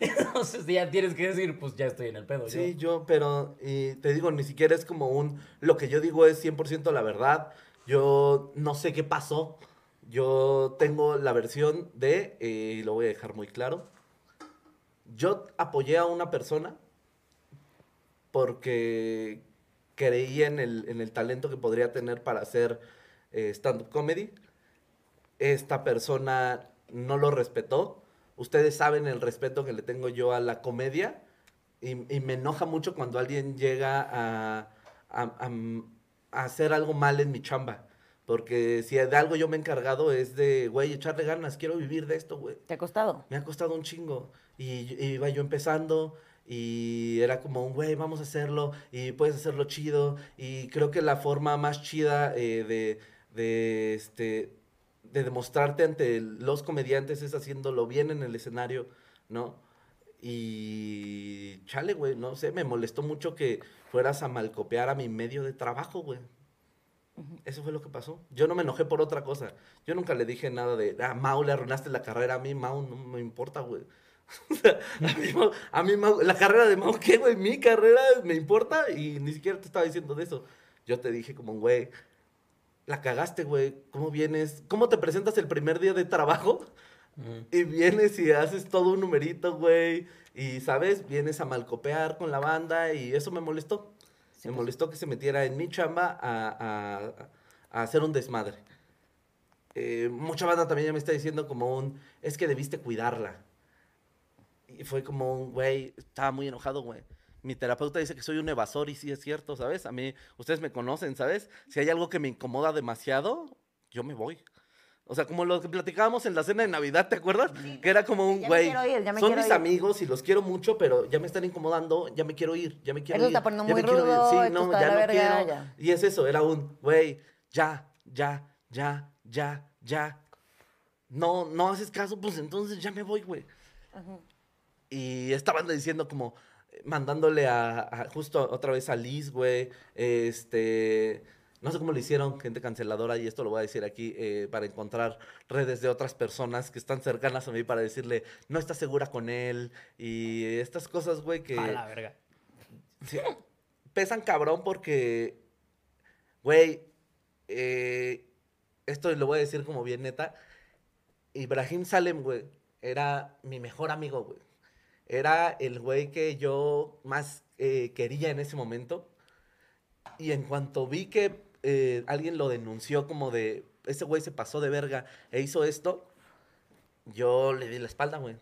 C: Entonces ya tienes que decir, pues ya estoy en el pedo.
A: Sí, yo, pero y te digo, ni siquiera es como un, lo que yo digo es 100% la verdad, yo no sé qué pasó, yo tengo la versión de, eh, y lo voy a dejar muy claro, yo apoyé a una persona porque creía en el, en el talento que podría tener para hacer eh, stand-up comedy, esta persona no lo respetó, ustedes saben el respeto que le tengo yo a la comedia, y, y me enoja mucho cuando alguien llega a, a- a m- a hacer algo mal en mi chamba. Porque si de algo yo me he encargado es de, güey, echarle ganas, quiero vivir de esto, güey.
B: ¿Te ha costado?
A: Me ha costado un chingo. Y, yo- y iba yo empezando y era como, un, güey, vamos a hacerlo y puedes hacerlo chido. Y creo que la forma más chida eh, de, de, este, de demostrarte ante los comediantes es haciéndolo bien en el escenario, ¿no? Y chale, güey, no sé, me molestó mucho que fueras a malcopiar a mi medio de trabajo, güey. Eso fue lo que pasó. Yo no me enojé por otra cosa. Yo nunca le dije nada de, ah, Mau, le arruinaste la carrera a mí, Mau, no me importa, güey. O sea, a mí, Mau- a mí, Mau, la carrera de Mau, ¿qué, güey? Mi carrera me importa y ni siquiera te estaba diciendo de eso. Yo te dije como, güey, la cagaste, güey. ¿Cómo vienes? ¿Cómo te presentas el primer día de trabajo?
C: Mm.
A: Y vienes y haces todo un numerito, güey. Y, ¿sabes? Vienes a malcopear con la banda y eso me molestó.
B: pues
A: me molestó que se metiera en mi chamba a, a- a hacer un desmadre. Eh, mucha banda también ya me está diciendo como un, es que debiste cuidarla. Y fue como un, güey, estaba muy enojado, güey. Mi terapeuta dice que soy un evasor y sí es cierto, ¿sabes? A mí, ustedes me conocen, ¿sabes? Si hay algo que me incomoda demasiado, yo me voy. O sea, como lo que platicábamos en la cena de Navidad, ¿te acuerdas? que era como
B: Ya
A: un,
B: me
A: güey,
B: quiero ir, ya me
A: son
B: quiero
A: mis
B: ir".
A: amigos y los quiero mucho, pero ya me están incomodando, ya me quiero ir, ya me quiero
B: Esto
A: ir.
B: está poniendo
A: ya
B: muy
A: me quiero ir".
B: rudo,
A: Sí,
B: esto
A: no,
B: está
A: ya
B: la
A: no
B: verga,
A: quiero.
B: ya.
A: Y es eso, era un, güey, ya, ya, ya, ya, ya. No, no haces caso, pues entonces ya me voy, güey. Y esta banda diciendo como, eh, mandándole a, a- justo otra vez a Liz, güey, este, No sé cómo lo hicieron, gente canceladora, y esto lo voy a decir aquí eh, para encontrar redes de otras personas que están cercanas a mí para decirle, no estás segura con él, y estas cosas, güey, que...
C: A la verga.
A: Sí, pesan cabrón porque, güey, eh, esto lo voy a decir como bien neta. Ibrahim Salem, güey, era mi mejor amigo, güey. Era el güey que yo más eh, quería en ese momento. Y en cuanto vi que eh, alguien lo denunció como de, ese güey se pasó de verga e hizo esto, yo le di la espalda, güey.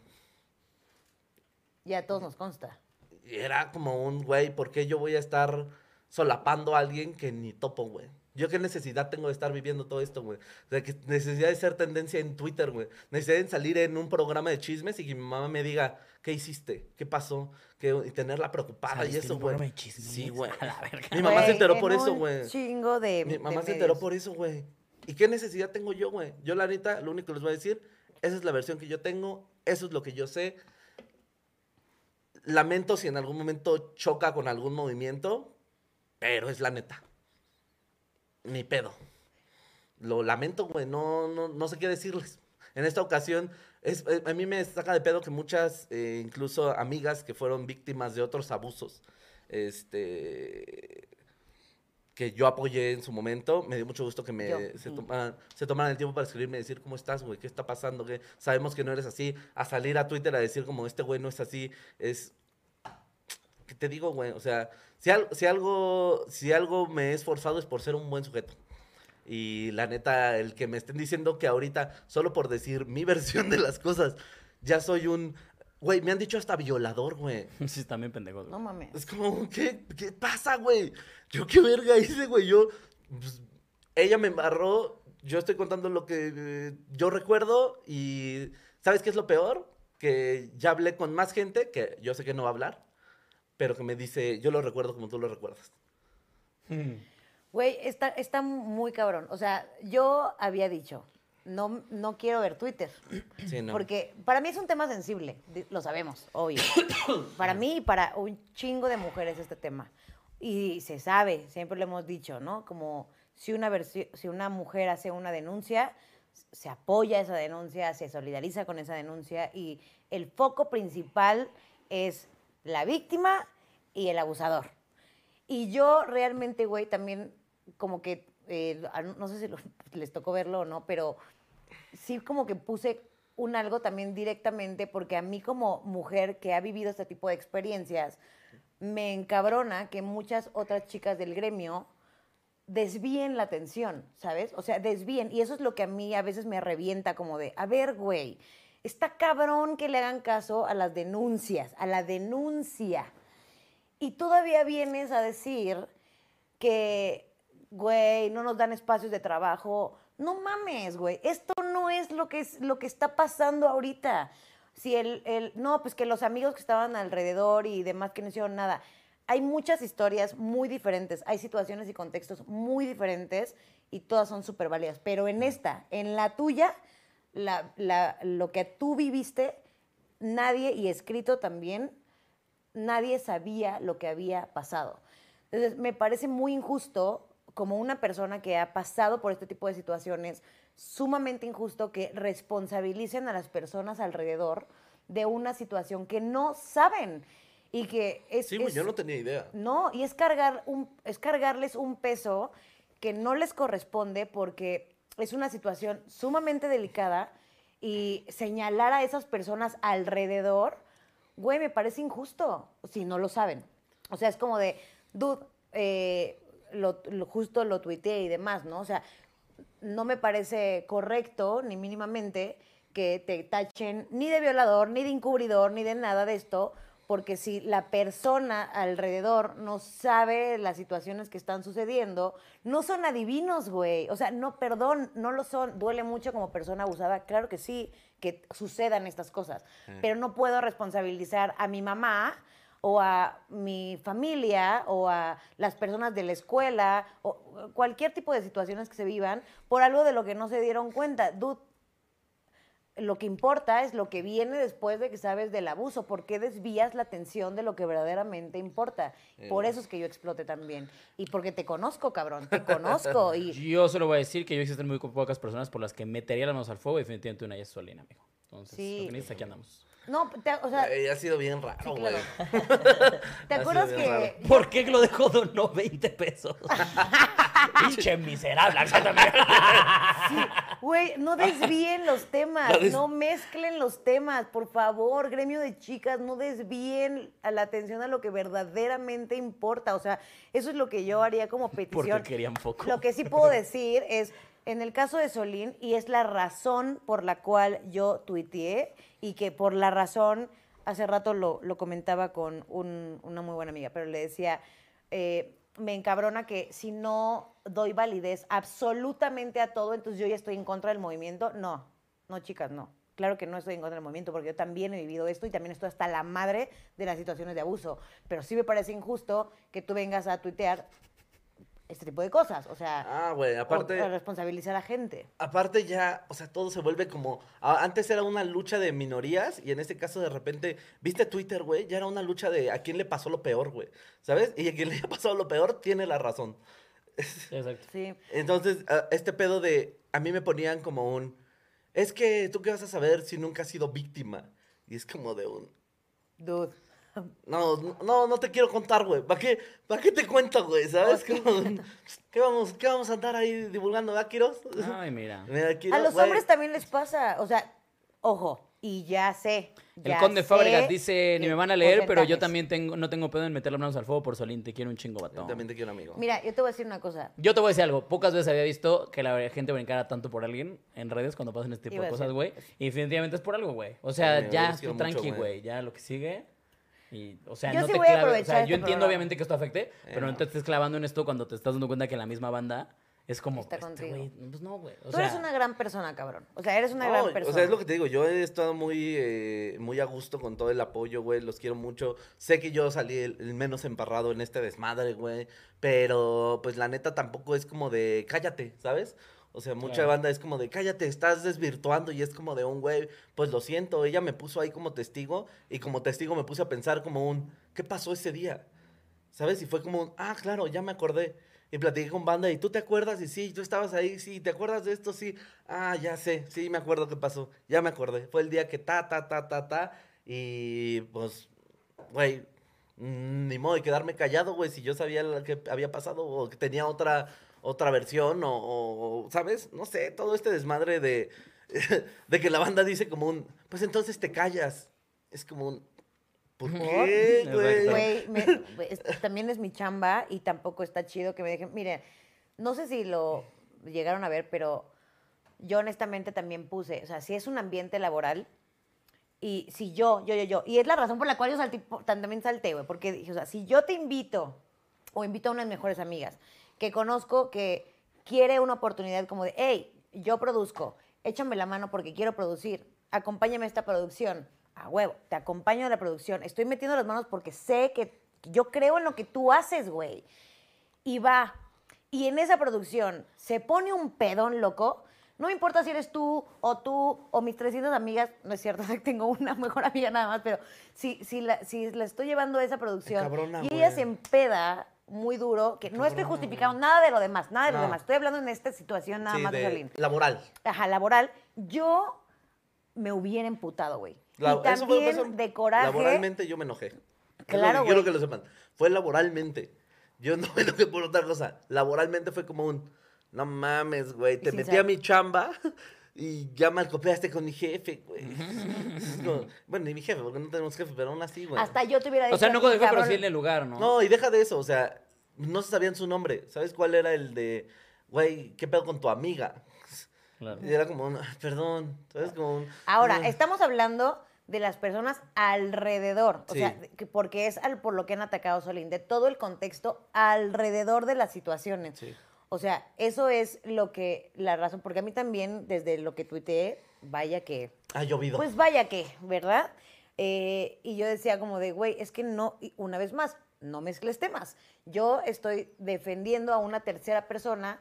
B: Y a todos nos consta.
A: Y era como un, güey, ¿por qué yo voy a estar solapando a alguien que ni topo, güey? Yo qué necesidad tengo de estar viviendo todo esto, güey. O sea, que necesidad de ser tendencia en Twitter, güey. Necesidad de salir en un programa de chismes y que mi mamá me diga, ¿qué hiciste? ¿Qué pasó? ¿Qué, y tenerla preocupada y
F: Saliste en
A: eso,
F: un
A: güey.
F: programa de chismes,
A: Sí, güey.
F: a la verga.
A: Mi mamá
B: Güey,
A: se enteró
B: en
A: por eso,
B: un
A: güey.
B: Chingo de.
A: Mi
B: de
A: mamá se enteró
B: medios.
A: por eso, güey. ¿Y qué necesidad tengo yo, güey? Yo, la neta, lo único que les voy a decir, esa es la versión que yo tengo, eso es lo que yo sé. Lamento si en algún momento choca con algún movimiento, pero es la neta. Ni pedo. Lo lamento, güey, no, no, no sé qué decirles. En esta ocasión, es, eh, a mí me saca de pedo que muchas, eh, incluso amigas que fueron víctimas de otros abusos, este, que yo apoyé en su momento. Me dio mucho gusto que me
B: Yo,
A: se,
B: ujú.
A: tomaran, se tomaran el tiempo para escribirme y decir cómo estás, güey, qué está pasando, que sabemos que no eres así. A salir a Twitter a decir como este güey no es así, es... ¿Qué te digo, güey? O sea, si, al- si, algo, si algo me he esforzado es por ser un buen sujeto. Y la neta, el que me estén diciendo que ahorita, solo por decir mi versión de las cosas, ya soy un... Güey, me han dicho hasta violador, güey.
F: Sí, también pendejos.
B: No
F: güey.
B: mames.
A: Es como, ¿qué, qué pasa, güey? Yo qué verga hice, güey. Yo, pues, ella me embarró, yo estoy contando lo que eh, yo recuerdo y ¿sabes qué es lo peor? Que ya hablé con más gente que yo sé que no va a hablar, pero que me dice, yo lo recuerdo como tú lo recuerdas.
B: Güey, está, está muy cabrón. O sea, yo había dicho, no, no quiero ver Twitter.
A: Sí, no.
B: Porque para mí es un tema sensible, di- lo sabemos, obvio. para mí y para un chingo de mujeres este tema. Y se sabe, siempre lo hemos dicho, ¿no? Como si una, versi- si una mujer hace una denuncia, s- se apoya esa denuncia, se solidariza con esa denuncia y el foco principal es la víctima y el abusador. Y yo realmente, güey, también como que, eh, a- no sé si lo- les tocó verlo o no, pero sí como que puse un algo también directamente porque a mí como mujer que ha vivido este tipo de experiencias, me encabrona que muchas otras chicas del gremio desvíen la atención, ¿sabes? O sea, desvíen. Y eso es lo que a mí a veces me revienta como de, a ver, güey, está cabrón que le hagan caso a las denuncias, a la denuncia. Y todavía vienes a decir que, güey, no nos dan espacios de trabajo. No mames, güey. Esto no es lo que, es, lo que está pasando ahorita. Si el, el- no, pues que los amigos que estaban alrededor y demás que no hicieron nada. Hay muchas historias muy diferentes, hay situaciones y contextos muy diferentes y todas son súper válidas. Pero en esta, en la tuya, la- la- lo que tú viviste, nadie, y escrito también, nadie sabía lo que había pasado. Entonces, me parece muy injusto, como una persona que ha pasado por este tipo de situaciones, sumamente injusto que responsabilicen a las personas alrededor de una situación que no saben y que es...
A: Sí, güey,
B: es-
A: yo no tenía idea.
B: no, y es, cargar un, es cargarles un peso que no les corresponde porque es una situación sumamente delicada y señalar a esas personas alrededor, güey, me parece injusto si no lo saben. O sea, es como de, dude, eh, lo- lo- justo lo tuiteé y demás, ¿no? O sea, no me parece correcto ni mínimamente que te tachen ni de violador, ni de encubridor, ni de nada de esto, porque si la persona alrededor no sabe las situaciones que están sucediendo, no son adivinos, güey. O sea, no, perdón, no lo son. Duele mucho como persona abusada, claro que sí, que sucedan estas cosas, pero no puedo responsabilizar a mi mamá o a mi familia o a las personas de la escuela o cualquier tipo de situaciones que se vivan por algo de lo que no se dieron cuenta. Dude, lo que importa es lo que viene después de que sabes del abuso. ¿Por qué desvías la atención de lo que verdaderamente importa?
A: Eh.
B: Por eso es que yo explote también. Y porque te conozco, cabrón, te conozco. Y
C: Yo solo voy a decir que yo existen muy pocas personas por las que metería las manos al fuego y definitivamente una ya es Solina, amigo. Entonces,
B: Sí.
C: lo que necesitas, aquí andamos.
B: no, te- o sea,
A: Güey, ha sido bien raro, güey.
B: claro. ¿te
A: Ha
B: acuerdas
A: sido
B: que
A: bien raro.
F: ¿Por qué lo dejó donó 20 pesos? Pinche miserable.
B: Güey, no desvíen los temas, no mezclen los temas, por favor, gremio de chicas, no desvíen a la atención a lo que verdaderamente importa. O sea, eso es lo que yo haría como petición.
F: querían poco.
B: Lo que sí puedo decir es, en el caso de Solín, y es la razón por la cual yo tuiteé y que por la razón, hace rato lo, lo comentaba con un- una muy buena amiga, pero le decía, eh, me encabrona que si no doy validez absolutamente a todo, entonces yo ya estoy en contra del movimiento. No, no chicas, no. Claro que no estoy en contra del movimiento porque yo también he vivido esto y también estoy hasta la madre de las situaciones de abuso. Pero sí me parece injusto que tú vengas a tuitear este tipo de cosas. O sea,
A: Ah, güey, aparte...
B: o- o responsabilizar a gente.
A: Aparte ya, o sea, todo se vuelve como... a- Antes era una lucha de minorías y en este caso de repente, ¿viste Twitter, güey? Ya era una lucha de a quién le pasó lo peor, güey. ¿Sabes? Y a quien le ha pasado lo peor tiene la razón.
C: Exacto.
B: Sí.
A: Entonces, a- este pedo de... A mí me ponían como un... Es que tú qué vas a saber si nunca has sido víctima. Y es como de un...
B: Dude.
A: No, no, no te quiero contar, güey. ¿Para qué, ¿Para qué te cuento, güey? ¿Sabes? Como un, ¿Qué, vamos, ¿Qué vamos a andar ahí divulgando, ¿verdad, Quiroz?
C: Ay, mira.
A: Mira,
B: Ah. A
A: Quiroz,
B: los
A: güey.
B: hombres también les pasa. O sea, ojo, y ya sé.
C: El
B: ya
C: conde
B: sé
C: Fábregas dice, ni
B: que
C: me van a leer, pero yo
B: porcentajes".
C: también tengo, no tengo pedo en meter las manos al fuego por Solín. Te quiero un chingo,
A: Yo
C: batón.
A: también te quiero, amigo.
B: Mira, yo te voy a decir una cosa.
C: Yo te voy a decir algo. Pocas veces había visto que la gente brincara tanto por alguien en redes cuando pasan este tipo
B: Iba
C: de
B: a pues.
C: cosas,
B: ser.
C: güey. Y definitivamente es por algo, güey. O
A: Ay,
C: sea,
A: me hubiera
C: ya
A: sido
C: tú
A: mucho,
C: tranqui,
A: güey.
C: güey. Ya lo que sigue. Y, o sea,
B: Yo
C: no
B: sí
C: te
B: voy a
C: claves. O
B: aprovechar
C: sea,
B: este
C: yo entiendo
B: programa.
C: obviamente que esto afecte, pero no
A: no.
C: te estés clavando en esto cuando te estás dando cuenta que la misma banda es como.
B: Está contigo.
C: güey, pues no, güey. O
B: Tú
C: sea,
B: eres una gran persona, cabrón. O sea, eres una
A: No,
B: gran persona.
A: O sea, es lo que te digo, yo he estado muy, eh, muy a gusto con todo el apoyo, güey, los quiero mucho. Sé que yo salí el, el menos emparrado en este desmadre, güey, pero pues la neta tampoco es como de cállate, ¿sabes? O sea, mucha
C: Claro.
A: banda es como de cállate, estás desvirtuando y es como de un güey, pues lo siento, ella me puso ahí como testigo y como testigo me puse a pensar como un, ¿qué pasó ese día? ¿Sabes? Y fue como, un, ah, claro, ya me acordé. Y platiqué con banda, y tú te acuerdas, y sí, tú estabas ahí, sí, ¿te acuerdas de esto? Sí, ah, ya sé, sí, me acuerdo qué pasó, ya me acordé. Fue el día que ta, ta, ta, ta, ta, y pues, güey, mm, ni modo de quedarme callado, güey, si yo sabía lo que había pasado o que tenía otra, otra versión, o, o, ¿sabes? No sé, todo este desmadre de, de que la banda dice como un, pues entonces te callas. Es como un, ¿por qué,
C: Exacto.
A: güey?
B: Güey, me- es- también es mi chamba y tampoco está chido que me dejen. Mire, no sé si lo llegaron a ver, pero yo honestamente también puse, o sea, si es un ambiente laboral y si yo, yo, yo, yo, y es la razón por la cual yo salté, po- tan- también salté, güey, porque dije, o sea, si yo te invito o invito a unas mejores amigas que conozco que quiere una oportunidad como de, hey, yo produzco, échame la mano porque quiero producir, acompáñame a esta producción, a huevo, te acompaño a la producción, estoy metiendo las manos porque sé que yo creo en lo que tú haces, güey y va. Y en esa producción se pone un pedón loco. No me importa si eres tú o tú o mis 300 amigas, no es cierto, tengo una mejor amiga nada más, pero si, si, la, si la estoy llevando a esa producción
A: Encabrona,
B: y ella
A: güey.
B: se empeda muy duro, que no estoy justificando nada de lo demás, nada de lo
A: No.
B: demás, estoy hablando en esta situación nada
A: Sí,
B: más de
A: de
B: Solín.
A: Laboral.
B: Ajá, laboral, yo me hubiera emputado, güey.
A: La-
B: y
A: eso fue-
B: también
A: eso-
B: de coraje.
A: Laboralmente yo me enojé.
B: Claro,
A: Claro, Quiero
B: güey.
A: que lo sepan. Fue laboralmente. Yo no me enojé por otra cosa. Laboralmente fue como un, no mames, güey, te
B: sin
A: metí
B: saber.
A: a mi chamba y ya mal copiaste con mi jefe, güey. Es como- bueno, ni mi jefe, porque no tenemos jefe, pero aún así, güey.
B: Hasta yo te hubiera dicho.
C: o sea, no
B: a ti,
C: con el pero
B: cabrón,
C: sí en el lugar, ¿no?
A: No, y deja de eso, o sea, no se sabían su nombre. ¿Sabes cuál era el de, güey, qué pedo con tu amiga?
C: Claro.
A: Y era como un, "Ah, perdón, ¿sabes? Como un,
B: Ahora,
A: "Ah".
B: estamos hablando de las personas alrededor, o
A: Sí.
B: sea, que- porque es al, por lo que han atacado Solín, de todo el contexto alrededor de las situaciones.
A: Sí.
B: O sea, eso es lo que, la razón, porque a mí también, desde lo que tuiteé, vaya que,
A: Ha llovido.
B: pues vaya que, ¿verdad? Eh, y yo decía como de, güey, es que no, y una vez más, no mezcles temas. Yo estoy defendiendo a una tercera persona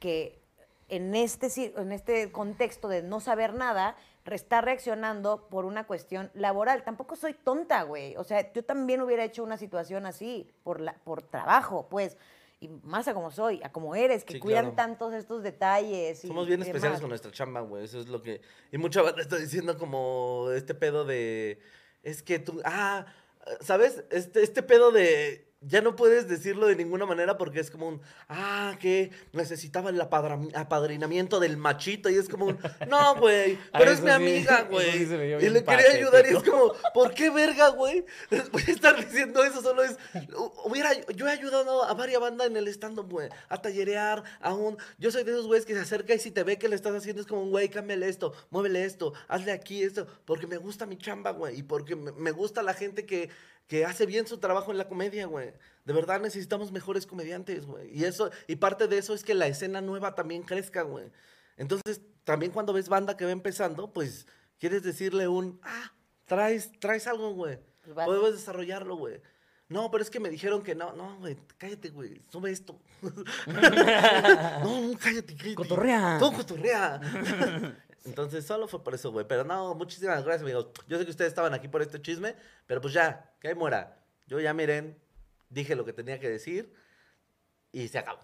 B: que en este, ci- en este contexto de no saber nada, re- está reaccionando por una cuestión laboral. Tampoco soy tonta, güey. O sea, yo también hubiera hecho una situación así por, la, por trabajo, pues. Y más a como soy, a como eres, que
A: Sí,
B: cuidan
A: claro.
B: tantos estos detalles. y
A: Somos bien
B: demás.
A: especiales con nuestra chamba, güey. Eso es lo que. Y mucha banda está diciendo como este pedo de. Es que tú. Ah, ¿sabes? Este, este pedo de. Ya no puedes decirlo de ninguna manera porque es como un. Ah, que necesitaba el apadram- apadrinamiento del machito. Y es como un. No, güey.
C: Ah,
A: Pero es
C: eso
A: mi
C: sí,
A: amiga,
C: eso
A: güey.
C: sí se me dio
A: y
C: bien
A: le quería ayudar. Y es
C: patético.
A: como. ¿Por qué verga, güey? Voy a estar diciendo eso. Solo es. hu- Hubiera, yo he ayudado a varias bandas en el stand-up, güey. A tallerear, a un. Yo soy de esos güeyes que se acerca y si te ve que le estás haciendo es como, güey, cámbiale esto, muévele esto, hazle aquí esto. Porque me gusta mi chamba, güey. Y porque me- me gusta la gente que, que hace bien su trabajo en la comedia, güey. De verdad necesitamos mejores comediantes, güey. Y eso, y parte de eso es que la escena nueva también crezca, güey. Entonces, también cuando ves banda que va empezando, pues quieres decirle un, ah, traes, traes algo, güey.
B: Pues vas.
A: Podemos desarrollarlo, güey. No, pero es que me dijeron que no, no, güey, cállate, güey, sube esto. no, no, cállate, cállate.
F: Cotorrea.
A: Tú cotorrea. Entonces, solo fue por eso, güey. Pero no, muchísimas gracias, amigos. Yo sé que ustedes estaban aquí por este chisme, pero pues ya, que ahí muera. Yo ya, miren, dije lo que tenía que decir y se acabó.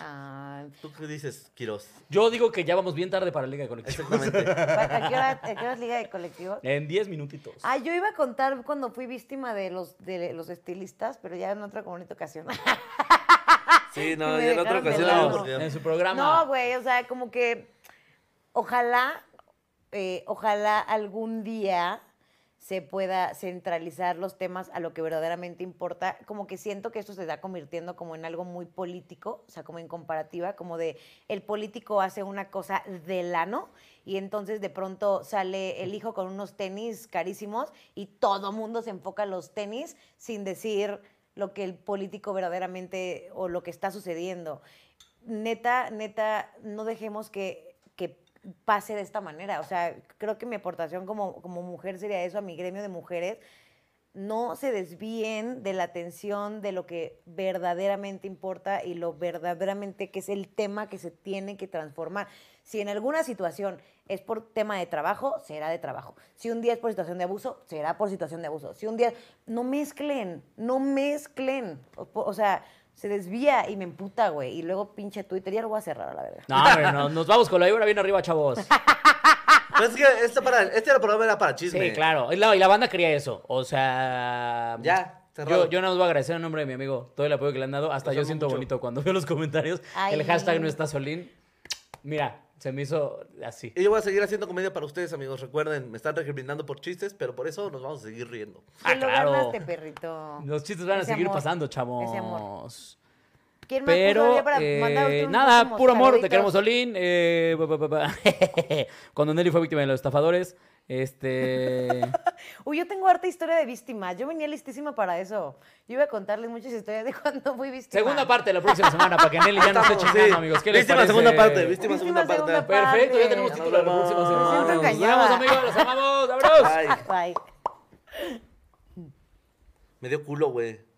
B: Ah,
A: ¿Tú qué dices, Quiroz?
C: Yo digo que ya vamos bien tarde para la Liga de Conexión.
A: Exactamente.
B: ¿A qué hora, a qué hora es Liga de Colectivos?
C: En 10 minutitos.
B: Ah, yo iba a contar cuando fui víctima de los, de los estilistas, pero ya en otra, como en otra ocasión.
A: Sí, no,
B: Me
A: y en otra
B: dejaron de
A: ocasión
B: lado.
A: hablamos por
C: en su
B: No,
C: programa.
B: güey, o sea, como que ojalá, eh, ojalá algún día se pueda centralizar los temas a lo que verdaderamente importa. Como que siento que esto se está convirtiendo como en algo muy político, o sea, como en comparativa, como de el político hace una cosa del ano y entonces de pronto sale el hijo con unos tenis carísimos y todo mundo se enfoca a los tenis sin decir lo que el político verdaderamente o lo que está sucediendo neta, neta, no dejemos que, que pase de esta manera. O sea, creo que mi aportación como, como mujer sería eso, a mi gremio de mujeres, no se desvíen de la atención de lo que verdaderamente importa y lo verdaderamente que es el tema que se tiene que transformar. Si en alguna situación es por tema de trabajo, será de trabajo. Si un día es por situación de abuso, será por situación de abuso. Si un día... No mezclen, no mezclen. O, po- o sea, se desvía y me emputa, güey. Y luego pinche Twitter. Ya lo voy a cerrar, a la verdad.
C: No, hombre, no, nos vamos con la vibra bien arriba, chavos.
A: Pero es que este, para, este era programa era para chisme.
C: Sí, claro. Y la, y la banda quería eso. O sea.
A: Ya, cerrado.
C: Yo, yo nada más voy a agradecer en nombre de mi amigo todo el apoyo que le han dado. Hasta
A: Los
C: yo
A: amo
C: siento
A: mucho.
C: bonito cuando veo los comentarios.
B: Ay.
C: El hashtag no está Solín. Mira, se me hizo así.
A: Y yo voy a seguir haciendo comedia para ustedes, amigos. Recuerden, me están recriminando por chistes, pero por eso nos vamos a seguir riendo.
C: Ah,
B: Te lo
C: claro.
B: ganaste, perrito.
C: Los chistes van a
B: Ese
C: seguir
B: amor,
C: pasando,
B: ese amor.
C: chamos.
B: ¿Quién más puso
C: Pero,
B: ya para
C: eh,
B: mandarte unos
C: nada,
B: últimos
C: puro amor, te
B: saluditos?
C: queremos, Solín. Eh, ba, ba, ba, ba. Cuando Nelly fue víctima de los estafadores, este...
B: Uy, yo tengo harta historia de víctima. Yo venía listísima para eso. Yo iba a contarles muchas historias de cuando fui víctima.
C: segunda parte la próxima semana, para que Nelly ya no esté
A: Estamos,
C: chingando,
A: sí.
C: amigos. ¿Qué les
A: Víctima,
C: parece?
A: segunda parte, víctima,
B: Víctima,
A: segunda,
B: segunda
A: parte.
C: Perfecto, ya
B: Parte.
C: tenemos título la próxima
A: Me
C: semana.
B: siento
C: Nos vemos,
B: engañada.
C: amigos, los amamos. ¡Abrazos!
A: Ay,
B: Bye.
A: me dio culo, güey.